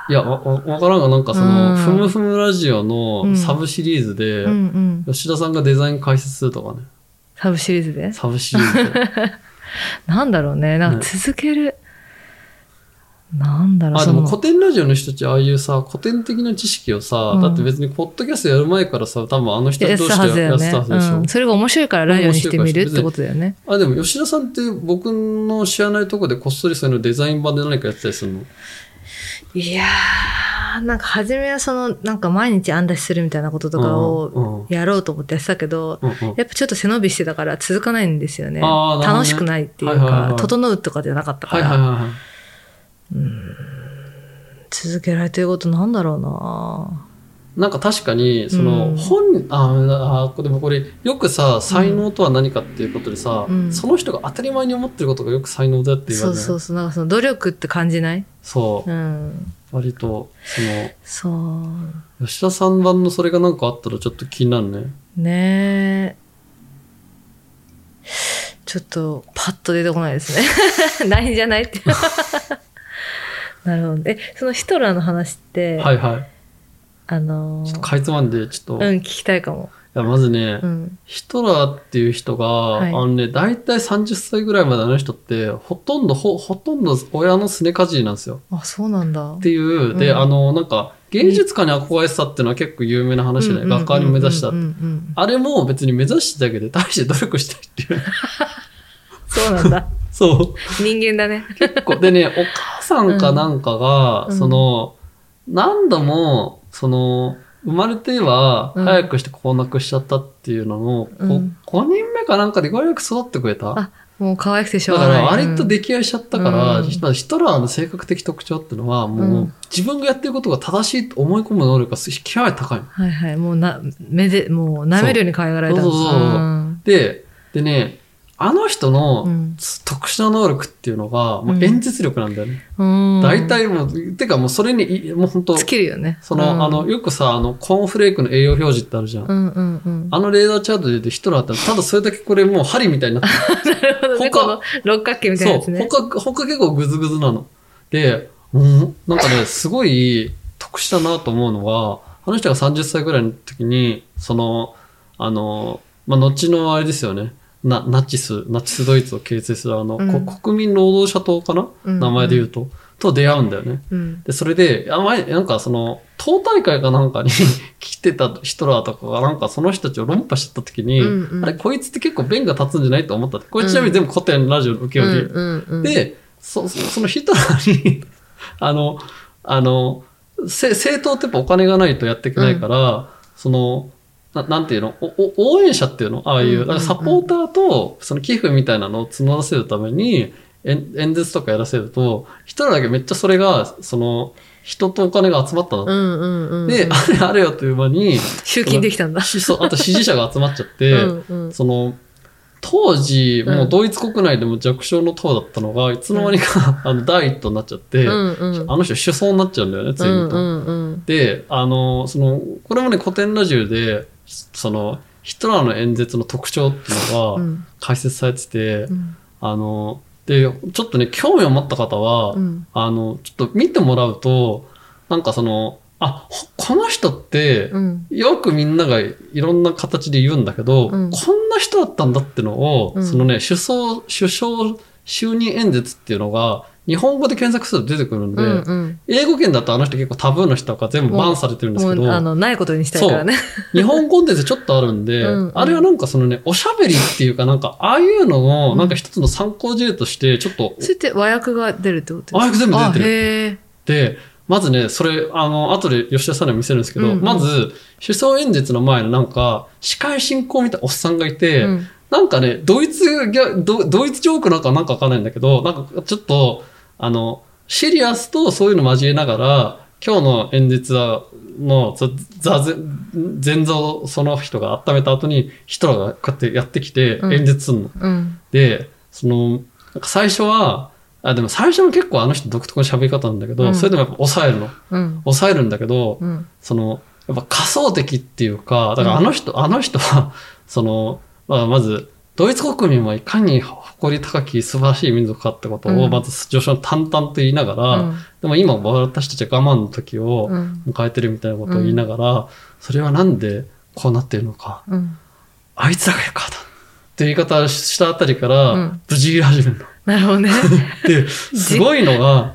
いや、わ、わわからんが、なんかそうんの、ふむふむラジオうんのサブシリーズで、ーうんうん吉田さんがデザイン解説するとかね。サブシリーズでサブシリ ーズで。なんだろうねなんか続ける、なんだろうあ、でそもの古典ラジオの人たち、ああいうさ、古典的な知識をさ、うんだって別に、ポッドキャストやる前からさ、多分あの人や同っ士てたはでずだやよってねたはずでしょ。うん、それが面白いからラジオにしてみるってことだよねあ、でも吉田さんって僕の知らないとこでこっそりそういうのデザイン版で何かやってたりするのいやー、なんか初めはその、なんか毎日案出しするみたいなこととかをを。やろうと思ってやってたけど、うんうんやっぱちょっと背伸びしてたから続かないんですよね。あーなるほどね楽しくないっていうはいはいかは、い整うとかじゃなかったかはいはいら、は。続けられてることなんだろうないなんか確かに、そうんの本、ああ、でもこれ、よくさ、才能とは何かっていうことでさ、うんその人が当たり前に思ってることがよく才能だって言わそれうる。そうそう、なんかその努力って感じないそううん。割と、そそう。の、吉田さん版のそれがなんかあったらちょっと気になるね。ねえ。ちょっと、パッと出てこないですね。 ないんじゃないって。なるほど。え、そのヒトラーの話って、はいはい。あのーちょっとかいつまんで、ちょっと、ういん、聞きたいかも。や、まずね、うん。ヒトラーっていう人が、いあのね、大体30歳ぐらいまであの人って、ほとんど、ほ、ほとんど親のすねかじりなんですよ。あ、そうなんだ。っていう、で、うんあの、なんか、芸術家に憧れてたっていうのは結構有名な話で、うん画家に目指したってうんうんうんうんあれも別に目指してたけど、大して努力したいっ ていう。そうなんだ。そう。人間だね。結構。でね、お母さんかなんかが、うんその、何度も、その、生まれてはうん早くして子を亡くしちゃったっていうのを、こうん5人目かなんかでようやく育ってくれた。あもう可愛くてしょだうかがらない。割と溺愛しちゃったから、うんまあヒトラーの性格的特徴っていうのは、もううう自分がやってることが正しいと思い込む能力が極めて高いの。うんはいはい。もうな、目で、もう舐めるように可愛がられたんですそうそうそうそううんで、でね、あの人うのん特殊な能力っていうのが、もう演説力なんだよね。うん。大体もう、てかもうそれにい、もう本当尽きるよね。その、うんあの、、よくさ、あの、コーンフレークの栄養表示ってあるじゃん。うんうんうん。あのレーダーチャートで言うとヒトラーって、ただそれだけこれもう針みたいになってる なるほどね。他この六角形みたいなそやつう。ね。他、他結構グズグズなの。で、うん、なんかね、すごい特殊だなと思うのが、あの人が30歳ぐらいの時に、その、あの、まあ、後のあれですよね。な、ナチス、ナチスドイツを形成するあの、うんこ国民労働者党かな、うん名前で言うと。と出会うんだよね。うん。で、それで、あ前、なんかその、党大会かなんかに 来てたヒトラーとかが、なんかその人たちを論破してた時に、うんうんあれ、こいつって結構弁が立つんじゃないと思ったって。これちなみに全部古典ラジオの受けうん売り。うんうん。で、そそそのヒトラーに、 あの、あの、せ政党ってやっぱお金がないとやっていけないから、その、ななんていうのおお応援者っていうのああいう、うんうんうんだからサポーターとその寄付みたいなのを募らせるために、演演説とかやらせると、一人だけめっちゃそれが、その、人とお金が集まったの。うんうんうんうん。で、あれあれよという間に、集金できたんだ。しそうあと支持者が集まっちゃって、うんうん。その、当時、うんもうドイツ国内でも弱小の党だったのが、いつの間にか、 あの、第一党になっちゃって、うんうん。あの人首相になっちゃうんだよね、ついにと。うんうんで、あの、その、これもね、古典ラジオで、その、ヒトラーの演説の特徴っていうのうがん。解説されてて、うんあの、で、ちょっとね、興味を持った方は、うん。あの、ちょっと見てもらうと、なんかその、あ、ほこの人って、うん。よくみんながいろんな形で言うんだけうど、んこんな人だったんだってのを、うんそのね、首相、首相就任演説っていうのが、日本語で検索すると出てくるんで、うんうん。英語圏だとあの人結構タブーの人とか全部バンされてるんですもけう、あど、の、ないことにしたいからね。日本コンテンツちょっとあるん で、うんうんあれはなんかそのね、おしゃべりっていうかなんか、ああいうのうをんなんか一つの参考事例として、ちょっと、 それって和訳が出るってこと和訳全部出てるあへえ。で、まずね、それ、あの、後で吉田さんにも見せるんですけど、うんうんまず、首相演説の前のなんか、司会進行みたいなおっさんがいて、うんなんかね、ドイツギャド、ドイツジョークなんかなんかわかんないんだけど、なんかちょっと、あの、シリアスとそういうの交えながら、今日の演説はのざ座禅前座をその人が温めた後に、ヒトラーがこうやってやってきてうん演説するの。うん。で、その、なんか最初は、あ、でも最初も結構あの人独特の喋り方なんだけど、うんそれでもやっぱ抑えるの。うん。抑えるんだけど、うん。その、やっぱ仮想的っていうか、だからあの人、あの人は、 その、まあ、まず、ドイツ国民はいかに誇り高き素晴らしい民族かってことうを、んまず上昇淡々と言いながら、うんでも今私たちは我慢の時うをん。迎えてるみたいなことを言いながら、それはなんでこうなってるのか、うん。あいつらがよかったっていう言い方をしたあたりから、うん無事切れ始めるの。なるほど ね。で、すごいのが、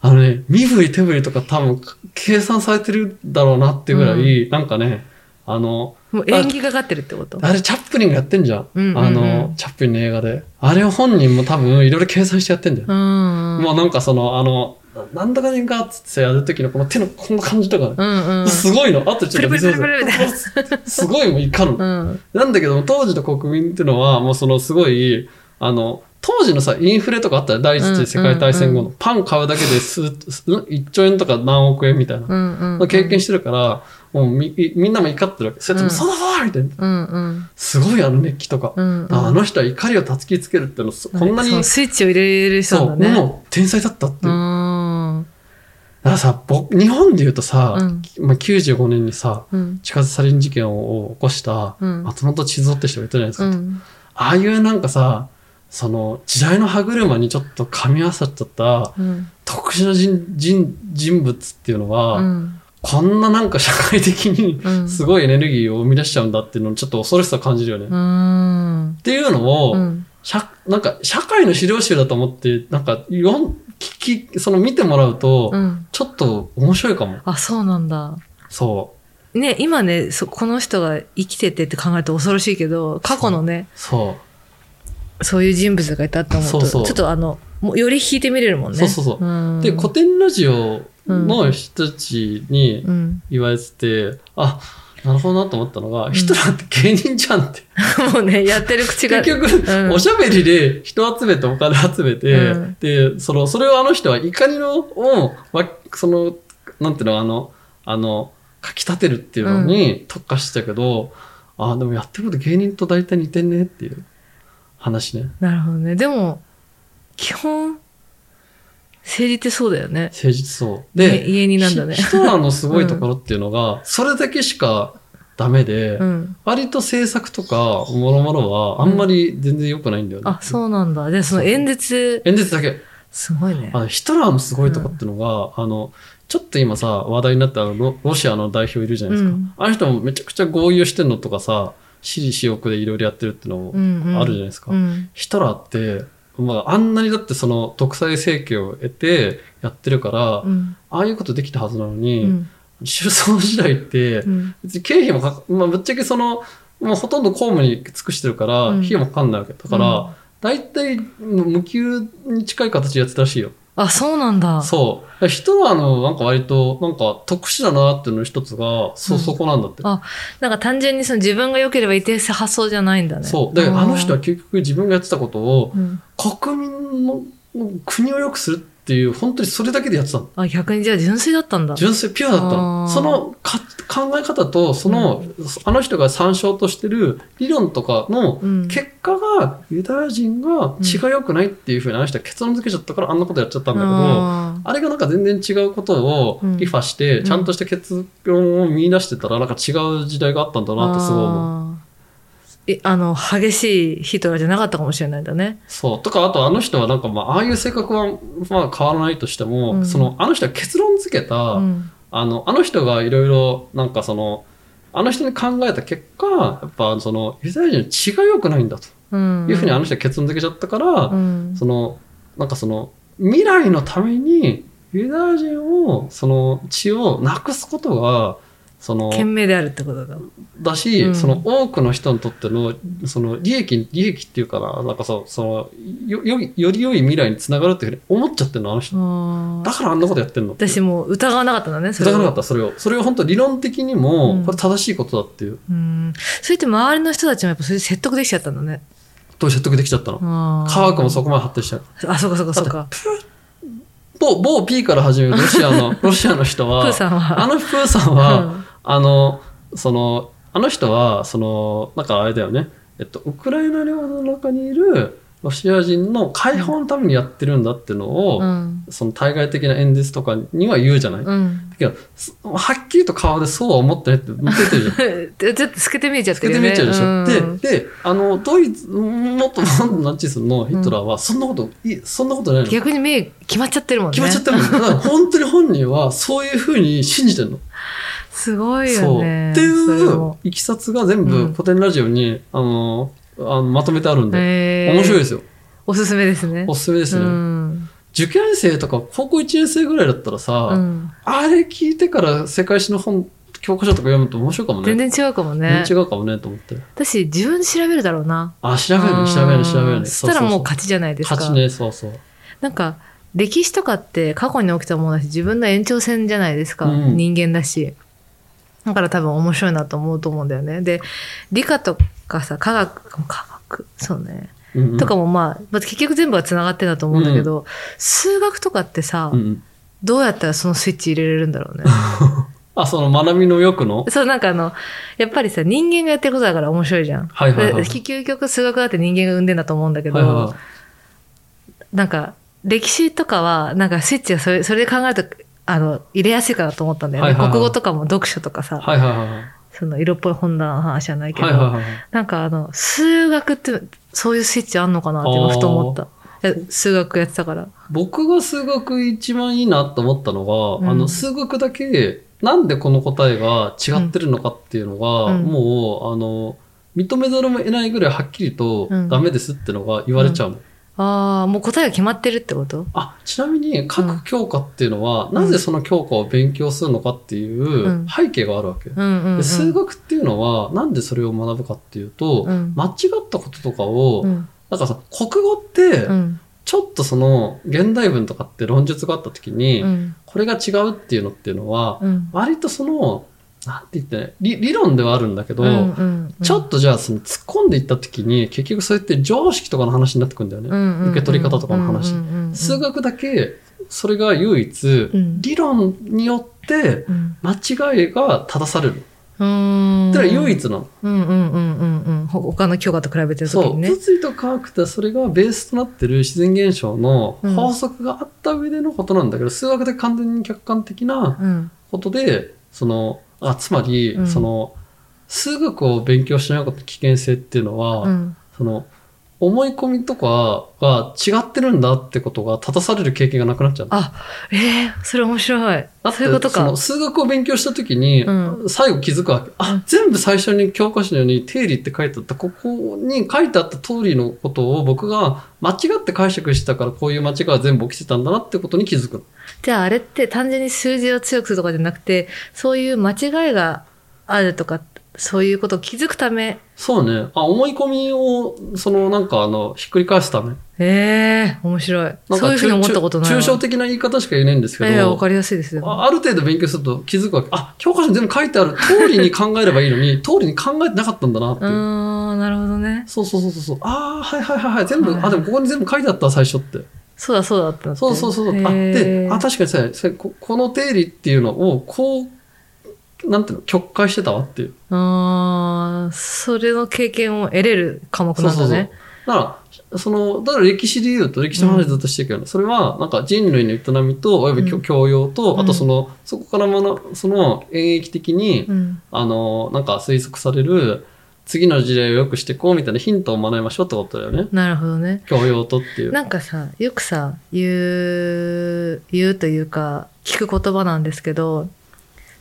あのね、身振り手振りとか多分計算されてるだろうなってぐらい、なんかね、あの、もう演技がかってるってことあれチャップリンがやってんじゃん。うんうんうんあの、チャップリンの映画で。あれを本人も多分いろいろ計算してやってんだよ。うん。もうなんかその、あの、ななんだかねんかっつってやるときのこの手のこんな感じとかね。うんうん。すごいの。あとちプょっルとプル見せプまルプすルみたいな。すごいもういかんの。うん。なんだけども、当時の国民っていうのは、もうそのすごい、あの、当時のさ、インフレとかあったら第一次世界大戦後うんのパン買うだけで数、す1兆円とか何億円みたいな、うんうん。経験してるから、もうみみんなも怒ってるわけ。それとも、うんそうだそうだみたいな。うんうん。すごいあの熱気とか。うんうん。あの人は怒りを断ち切りつけるっていうの、そこんなに、そうスイッチを入れる人そう、なんだね。もう天才だったってういう。だん。からさ、僕、日本で言うとさ、うんまあ、95年にさ、うん。地下鉄サリン事件を起こしたうん松本千鶴って人がいたじゃないですか。うん。ああいうなんかさ、その時代の歯車にちょっと噛み合わさっちゃったうん。特殊な人人人物っていうのは、うん。こんななんか社会的にうんすごいエネルギーを生み出しちゃうんだっていうのをちょっと恐ろしさを感じるよね。うっん。ていうのを、うん。社なんか社会の資料集だと思って、なんか読ん聞き、その見てもらうと、うん。ちょっと面白いかも。あ、そうなんだ。そう。ね、今ね、そ、この人が生きててって考えると恐ろしいけど、過去のね、そう。そういう人物がいたって思うと、そうそうちょっとあの、もうより引いてみれるもんね。そうそうそううんで、古典ラジオの人たちにうん。 言われてて、あ、なるほどなと思ったのが、んヒトラーって芸人じゃんって。もうね、やってる口が。結局、うんおしゃべりで人集めてお金集めて、うんで、その、それをあの人は怒りの、を、わその、なんていうの、あの、あの、かき立てるっていうのに特化してたけど、あ、でもやってること芸人と大体似てんねっていう話ね。なるほどね。でも、基本、政治ってそうだよね。誠実そう。で、で、家になんだねヒ。ヒトラーのすごいところっていうのが、それだけしかダメで、うん。割と制作とか、もろもろは、あんまり全然良くないんだよね。あ、そうなんだ。で、その演説、演説だけ。すごいねあ。の、ヒトラーのすごいとこってのが、あの、ちょっと今さ、話題になったあのロロシアの代表いるじゃないですか。うんあの人もめちゃくちゃ合意をしてんのとかさ、私利私欲でいろいろやってるってのもうんうん。あるじゃないですか。うん。ヒトラーって、まあ、あんなにだってその独裁政権を得てやってるから、うん。ああいうことできたはずなのうに、ん。首相時代ってう、ん。別に経費もかか、まあ、ぶっちゃけその、もうほとんど公務に尽くしてるから、うん費用もかかんないわけ。だから、うん大体、無給に近い形でやってたらしいよ。あ、そうなんだ。そう。ヒトラーのなんか割と、なんか特殊だなっていうの一つが、そ、うんそこなんだって。あなんか単純にその自分が良ければいいっていう発想じゃないんだね。そう。で、あの人はは、結局自分がやってたことを、うん、国民の国を良くするっていう、本当にそれだけでやってたの。あ、逆にじゃあ純粋だったんだ。純粋、ピュアだったあーの。そのか考え方と、その、あの人が参照としてる理論とかのうん結果が、ユダヤ人が血が良くないっていうふうにあの人は結論付けちゃったからあんなことやっちゃったんだけど、ああれがなんか全然違うことをうんリファして、うんちゃんとした結論を見出してたら、なんか違う時代があったんだーなってすごい思う。あーえ、あの、激しいヒトラーじゃなかったかもしれないんだね。そう。とか、あとあの人はなんかまあ、ああいう性格はまあ変わらないとしても、うんその、あの人は結論付けた、うん。あの、あの人がいろいろ、なんかその、あの人に考えた結果、やっぱその、ユダヤ人の血が良くないんだとうん。いうふうにあの人は結論付けちゃったから、うん。その、なんかその、未来のために、ユダヤ人を、その、血をなくすことが、その、懸命であるってことだ。だし、うんその多くの人にとっての、その利益、利益っていうかな、なんかそう、その、よ、より、より良い未来につながるっていうふうに思っちゃってるの、あの人。あだあ。からあんなことやってんの。私もう疑わなかったんだね、それ疑はわなかった、それを。それを本当理論的にうんも、これ正しいことだっていう。うん。それって周りの人たちもやっぱそれで説得できちゃったんだね。どう説得できちゃったの。あー科学もそこまで発展した。あ、そうかそうかそうか。某、某 P から始めるロシアの、ロシアの人プはー、さんあは。のプーさんは、あの、その、あの人は、その、なんかあれだよね、えっと、ウクライナ領の中にいるロシア人の解放のためにやってるんだっていうのを、うん。その対外的な演説とかには言うじゃない、だうん。 けど、すはっきりと顔でそうは思ってないって出て るじゃでん。ちょっと透けて見えちゃっ透てけるてよ見ね。えちゃうでしょ。うんで、で、あの、ドイツ、もっとナチスのヒトラーは、そんなこと、いそんなことないの。逆に目決まっちゃってるもんね。決まっちゃってるもん。だから本当に本人はそういうふうに信じてるの。すごいそう。よっね。ていそれうもいきさつが全う部ん古典ラジオに、あのあのまとめてあるんで、へー面白いですよ。おすすめですね。おすすめですね。うん受験生とか高校1年生ぐらいだったらさ、うんあれ聞いてから世界史の本、教科書とか読むと面白いかもね。全然違うかもね。全然違うかもねと思って。私、自分で調べるだろうな。あ、調べるね、調べるね、調べるうんね。そしたらうもうう勝ちじゃないですか。勝ちね、そうそう。なんか、歴史とかって過去に起きたものだし、自分の延長線じゃないですか。うん人間だし。だから多分面白いなと思うと思うんだよね。で、理科とかさ、科学、科学、そうね。うんうんとかもまあ、まあ結局全部は繋がってんだと思うんだけど、数学とかってさ、うんうんどうやったらそのスイッチ入れれるんだろうね。あ、その学びの欲のそう、なんかあの、やっぱりさ、人間がやってることだから面白いじゃん。はいはいはいで究極数学だって人間が生んでんだと思うんだけど、はいはなんか、歴史とかは、なんかスイッチがそれそれで考えると、あの、入れやすいかなと思ったんだよね。はいはいはい国語とかも読書とかさ、いはいはいはいはい。その色っぽい本棚の話じゃないけど、はいはいはい。なんかあの、数学って、そういうスイッチあんのかなって今ふと思った。いや数学やってたから。僕が数学一番いいなと思ったのが、うんあの数学だけなんでこの答えが違ってるのかっていうのが、うんもうあの認めざるも得ないぐらいはっきりとうんダメですってのが言われちゃうの、ああ、もう答えが決まってるってことあちなみに各教科っていうのは、んなぜその教科を勉強するのかっていううん背景があるわけ、うんうん、うん。で数学っていうのはなんでそれを学ぶかっていうと、うん間違ったこととかを、うん、なんかさ国語ってうん、ちょっとその現代文とかって論述があった時に、うん、これが違うっていうのっていうのは、うん。割とその、なんて言ってね、理理論ではあるんだけど、うんうんうんちょっとじゃあその突っ込んでいった時に、結局そうやって常識とかの話になってくるんだよね。受受け取り方とかの話数学だけ、それが唯一、うん理論によってうん間違いが正される。ってうーんのは唯一なの。うんうんうんうんうんほ他の教科と比べてる時そう。にね物理と科学ってそれがベースとなってる自然現象の法則があった上でのことなんだけど、数学で完全に客観的なうんことで、その、あ、つまり、うんその、数学を勉強しなかった危険性っていうのは、うんその、思い込みとかが違ってるんだってことが正される経験がなくなっちゃうの。あえーそれ面白いだってそういうことそかの数学を勉強した時に、う最後気づくわけ。うあん、全部最初に教科書に定理って書いてあった。ここに書いてあった通りのことを僕が間違って解釈してたからこういう間違いは全部起きてたんだなってことに気づく。じゃああれって単純に数字を強くするとかじゃなくてそういう間違いがあるとかそういうことを気づくためそうね。あ、思い込みを、そのなんかあの、ひっくり返すため。ええ面白いなんかそういうふうに思ったことない抽わ抽抽象的な言い方しか言えないんですけど、ええわかりやすいですよあある程度勉強すると気づくわけ。あ、教科書に全部書いてある通りに考えればいいの に、通りに考えてなかったんだなってういう。ーんなるほどねそうそうそうそうそう。ああ、はいはいはいはい。全部、はいあ、でもここに全部書いてあった、最初って。そうだそうだってなってそうそうそう。あ、で、あ、確かにさ、さここの定理っていうのを、こう、なんていうの、曲解してたわっていう。あーそれの経験を得れる科目なんだねそうそうそうだから、その、だから歴史で言うと、歴史の話ずっとしてるけど、それは、なんか人類の営みと、および教うん教養と、うんあとその、そこから学ぶ、その、演疫的に、うん、あの、なんか推測される、次の事例を良くしていこうみたいなヒントを学びましょうってことだよね。なるほどね教養とっていう。なんかさよくさ言う言うというか聞く言葉なんですけど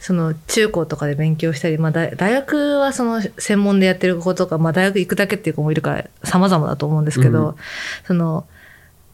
その中高とかで勉強したり、まあ、大大学はその専門でやってる子とか、まあ、大学行くだけっていう子もいるから様々だと思うんですけど、うその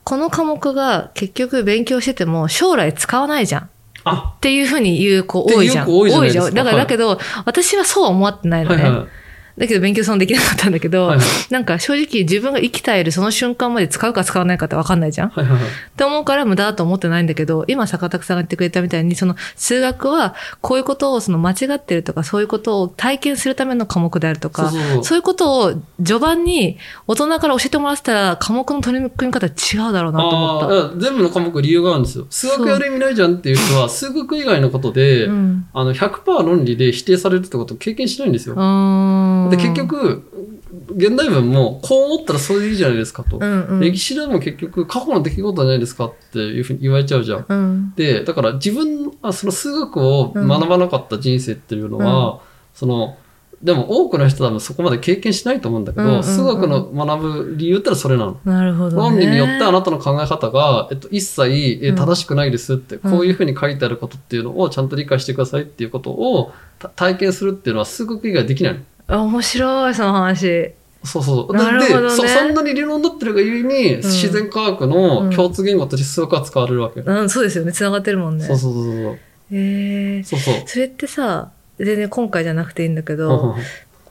この科目が結局勉強してても将来使わないじゃんっあ、ていうふうに言う子多いじゃんっていう子多いじゃないですかだからはいだけど、私はそうは思ってないのはいね、はい。だけど勉強そんなできなかったんだけど、はいはいなんか正直自分が生きたいるその瞬間まで使うか使わないかって分かんないじゃんはいはいはい。って思うから無駄だと思ってないんだけど、今坂田さんが言ってくれたみたいに、その数学はこういうことをその間違ってるとか、そういうことを体験するための科目であるとそうか、そうそう。そういうことを序盤に大人から教えてもらってたら科目の取り組み方違うだろうなと思あっあた。ー、だから全部の科目理由があるんですよ。数学やる意味ないじゃんっていう人は、数学以外のことで、うん。あの、100%論理で否定されるってことを経験しないんですよ。あーで、結、局、現代文も、こう思ったらそれでいいじゃないですかと。うんうん、歴史でも結局、過去の出来事じゃないですかっていうふうに言われちゃうじゃん。うん。で、だから自分、あその数学を学ばなかった人生っていうのは、その、でも多くの人は多分そこまで経験しないと思うんだけど、うんうんうん数学の学ぶ理由ってのはそれなの。なるほど、ね。論理によってあなたの考え方が、えっと、一切えうん正しくないですって、うんこういうふうに書いてあることっていうのをちゃんと理解してくださいっていうことをた体験するっていうのは数学以外できないの。あ面白い、その話。そうそうそう。なるほどねでそ、そんなに理論だってるがゆえに、自然科学の共通言語として数学は使われるわけよ。うん、そうですよね。繋がってるもんね。そうそうそうそう。えーそうそう。それってさ、全然今回じゃなくていいんだけうど、んうんうん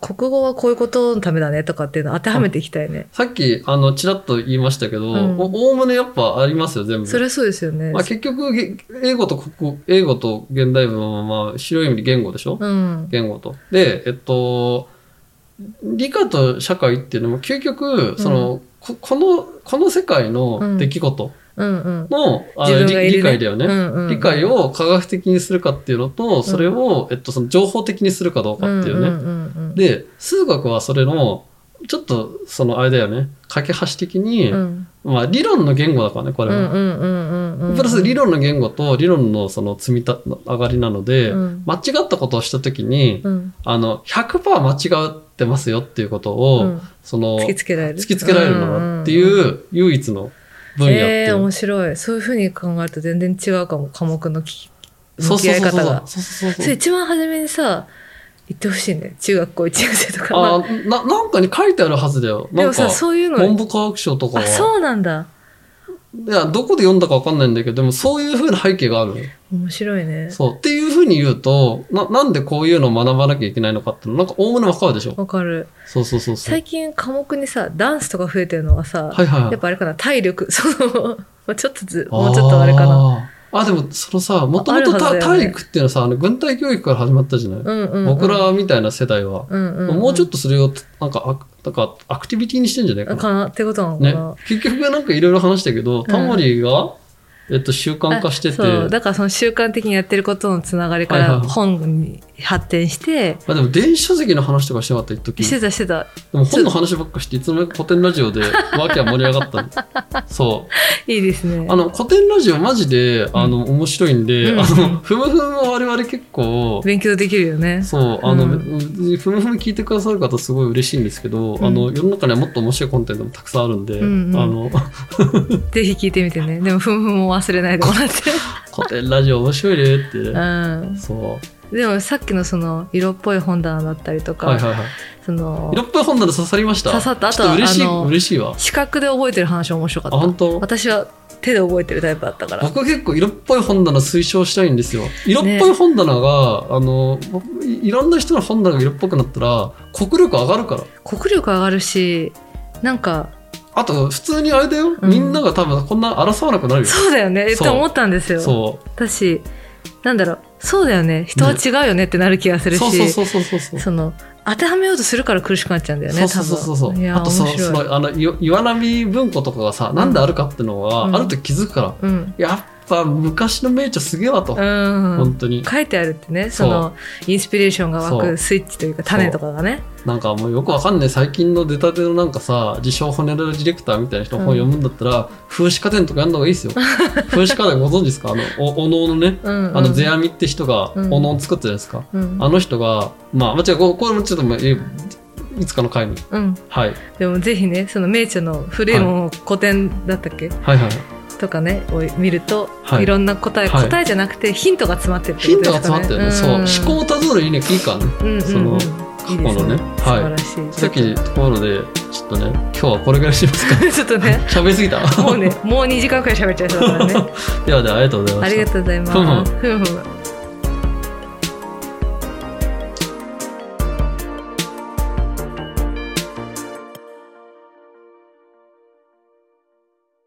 国語はこういうことのためだねとかっていうのを当てはめていきたいね。さっき、あの、ちらっと言いましたけど、うんおおおむねやっぱありますよ、全部。それはそうですよね。まあ、結局、げ英語と国語、英語と現代文は、まあ、白い意味で言語でしょ、うん。言語と。で、えっと、理科と社会っていうのも、究極、その、ここの、この世界の出来事うんうん。の,、あの理理解だよね。うんうん、理解を科学的にするかっていうのと、それを、えっと、その情報的にするかどうかっていうね。うんうんうんうん、で、数学はそれの、ちょっと、その、あれだよね、架け橋的に、うんまあ、理論の言語だからね、こうんれうは。んうんうんうんうん、プラス理論の言語と理論のその積み立て上がりなので、うん間違ったことをしたときに、うんあの、100%間違ってますよっていうことうを、ん、その、突き突つけられる。きつけられるのだってんんんいう唯一の分野っていええう。面白い。そういうふうに考えると全然違うかも、科目の聞き向そうきそう合いそ方うそうが。。そうそうそうそれ一番初めにさ、言ってほしいね。中学校1年生とか。あまーな、なんかに書いてあるはずだよ。あでなもんかさ、、そういう文の、部科学省とかあ、は。そうなんだ。いや、どこで読んだかわかんないんだけど、でもそういう風な背景があるのよ。面白いね。そう。っていうふうに言うと、な、なんでこういうのを学ばなきゃいけないのかっての、なんかおおむねわかるでしょ。わかる。そうそうそうそう。最近科目にさダンスとか増えてるのはさ、はいはいはいやっぱあれかな体力 そのまあちょっとずもうちょっとあれかなな。あ、でもそのさ、もともあるとはずだよね体育っていうのはさ、あの軍隊教育から始まったじゃない、うんうん、うん、僕らみたいな世代は。うんうん、もうちょっととそれを、なんか、あなんかアクティビティにしてんじゃないかな。かなってことなのかねな、。結局なんかいろいろ話したけど、タモリが、えっと、習慣化してあて、そうだからその習慣的にやってることのつながりかはいはらいはい本に発展して、あでも電子書籍の話とかしてなかった一時してでたしてたも本の話ばっかしていつの間にか古典ラジオで ワーキャー盛り上がったのそういいですねあの古典ラジオマジであの面白いんで、うんあのふむふむは我々結構勉強できるよねそうあの、うんうんふむふむ聞いてくださる方すごい嬉しいんですけど、うんあの世の中にはもっと面白いコンテンツもたくさんあるんで、うんうんあのぜひ聞いてみてねでもふんふんも忘れないでもら って、古典ラジオ面白いねって、うん、そでもさっきのその色っぽい本棚だったりとうか、はいはいはいその色っぽい本なら刺さりました刺さったあちとょっはと嬉しいあの嬉しいわ視覚で覚えてる話面白かあった本当私は手で覚えてるタイプだったから。僕結構色っぽい本棚推奨したいんですよ色っぽい本棚が、あのいいろんな人の本棚が色っぽくなったら国力上がるから国力上がるし、なんか、あと普通にあれだよ、うんみんなが多分こんな争わなくなるよそうだよねっそてう思ったんですよ。そ私、なんだろう、そうだよね、人は違うよねってなる気がすうるし、そうそうそうそうそうそうその、当てはめようとするから苦しくなっちゃうんだよねそうそうそうそう多分いやあとそ面白いそのあのい岩波文庫とかがさなんであるかってのは、うんある時気づくかうらん、やっぱ昔の名著すげえわと、う本ん、当に書いてあるってねそのインスピレーションが湧そくうスイッチというか種とかがねなんかもうよくわかんない最近の出たてのなんかさ自称ホネラルディレクターみたいな人の本読むんだったら、風刺家電とかやんだ方がいいです よ風刺家電ご存知ですかあのおお能のねうんうんあの世阿弥って人がうんお能を作ったじゃないですか、うんあの人がまあ間違いここれもちょっとまあえいつかの回に、うん、はい、でもぜひねその名著の古いものを古典だったっけ、はいはいとかねを見ると、はいい、ろんな答え、はい答えじゃなくてヒントが詰まってるヒントが詰まってるね、そう思考考をたどるにねいいからねその過去のね素晴はらしいさっきところでちょっとね今日はこれぐらいにし ますかちょっとね喋りすぎたもうねもう2時間くらい喋っちゃいそうだからね ではではありがとうございましたありがとうございますふんふんふんふん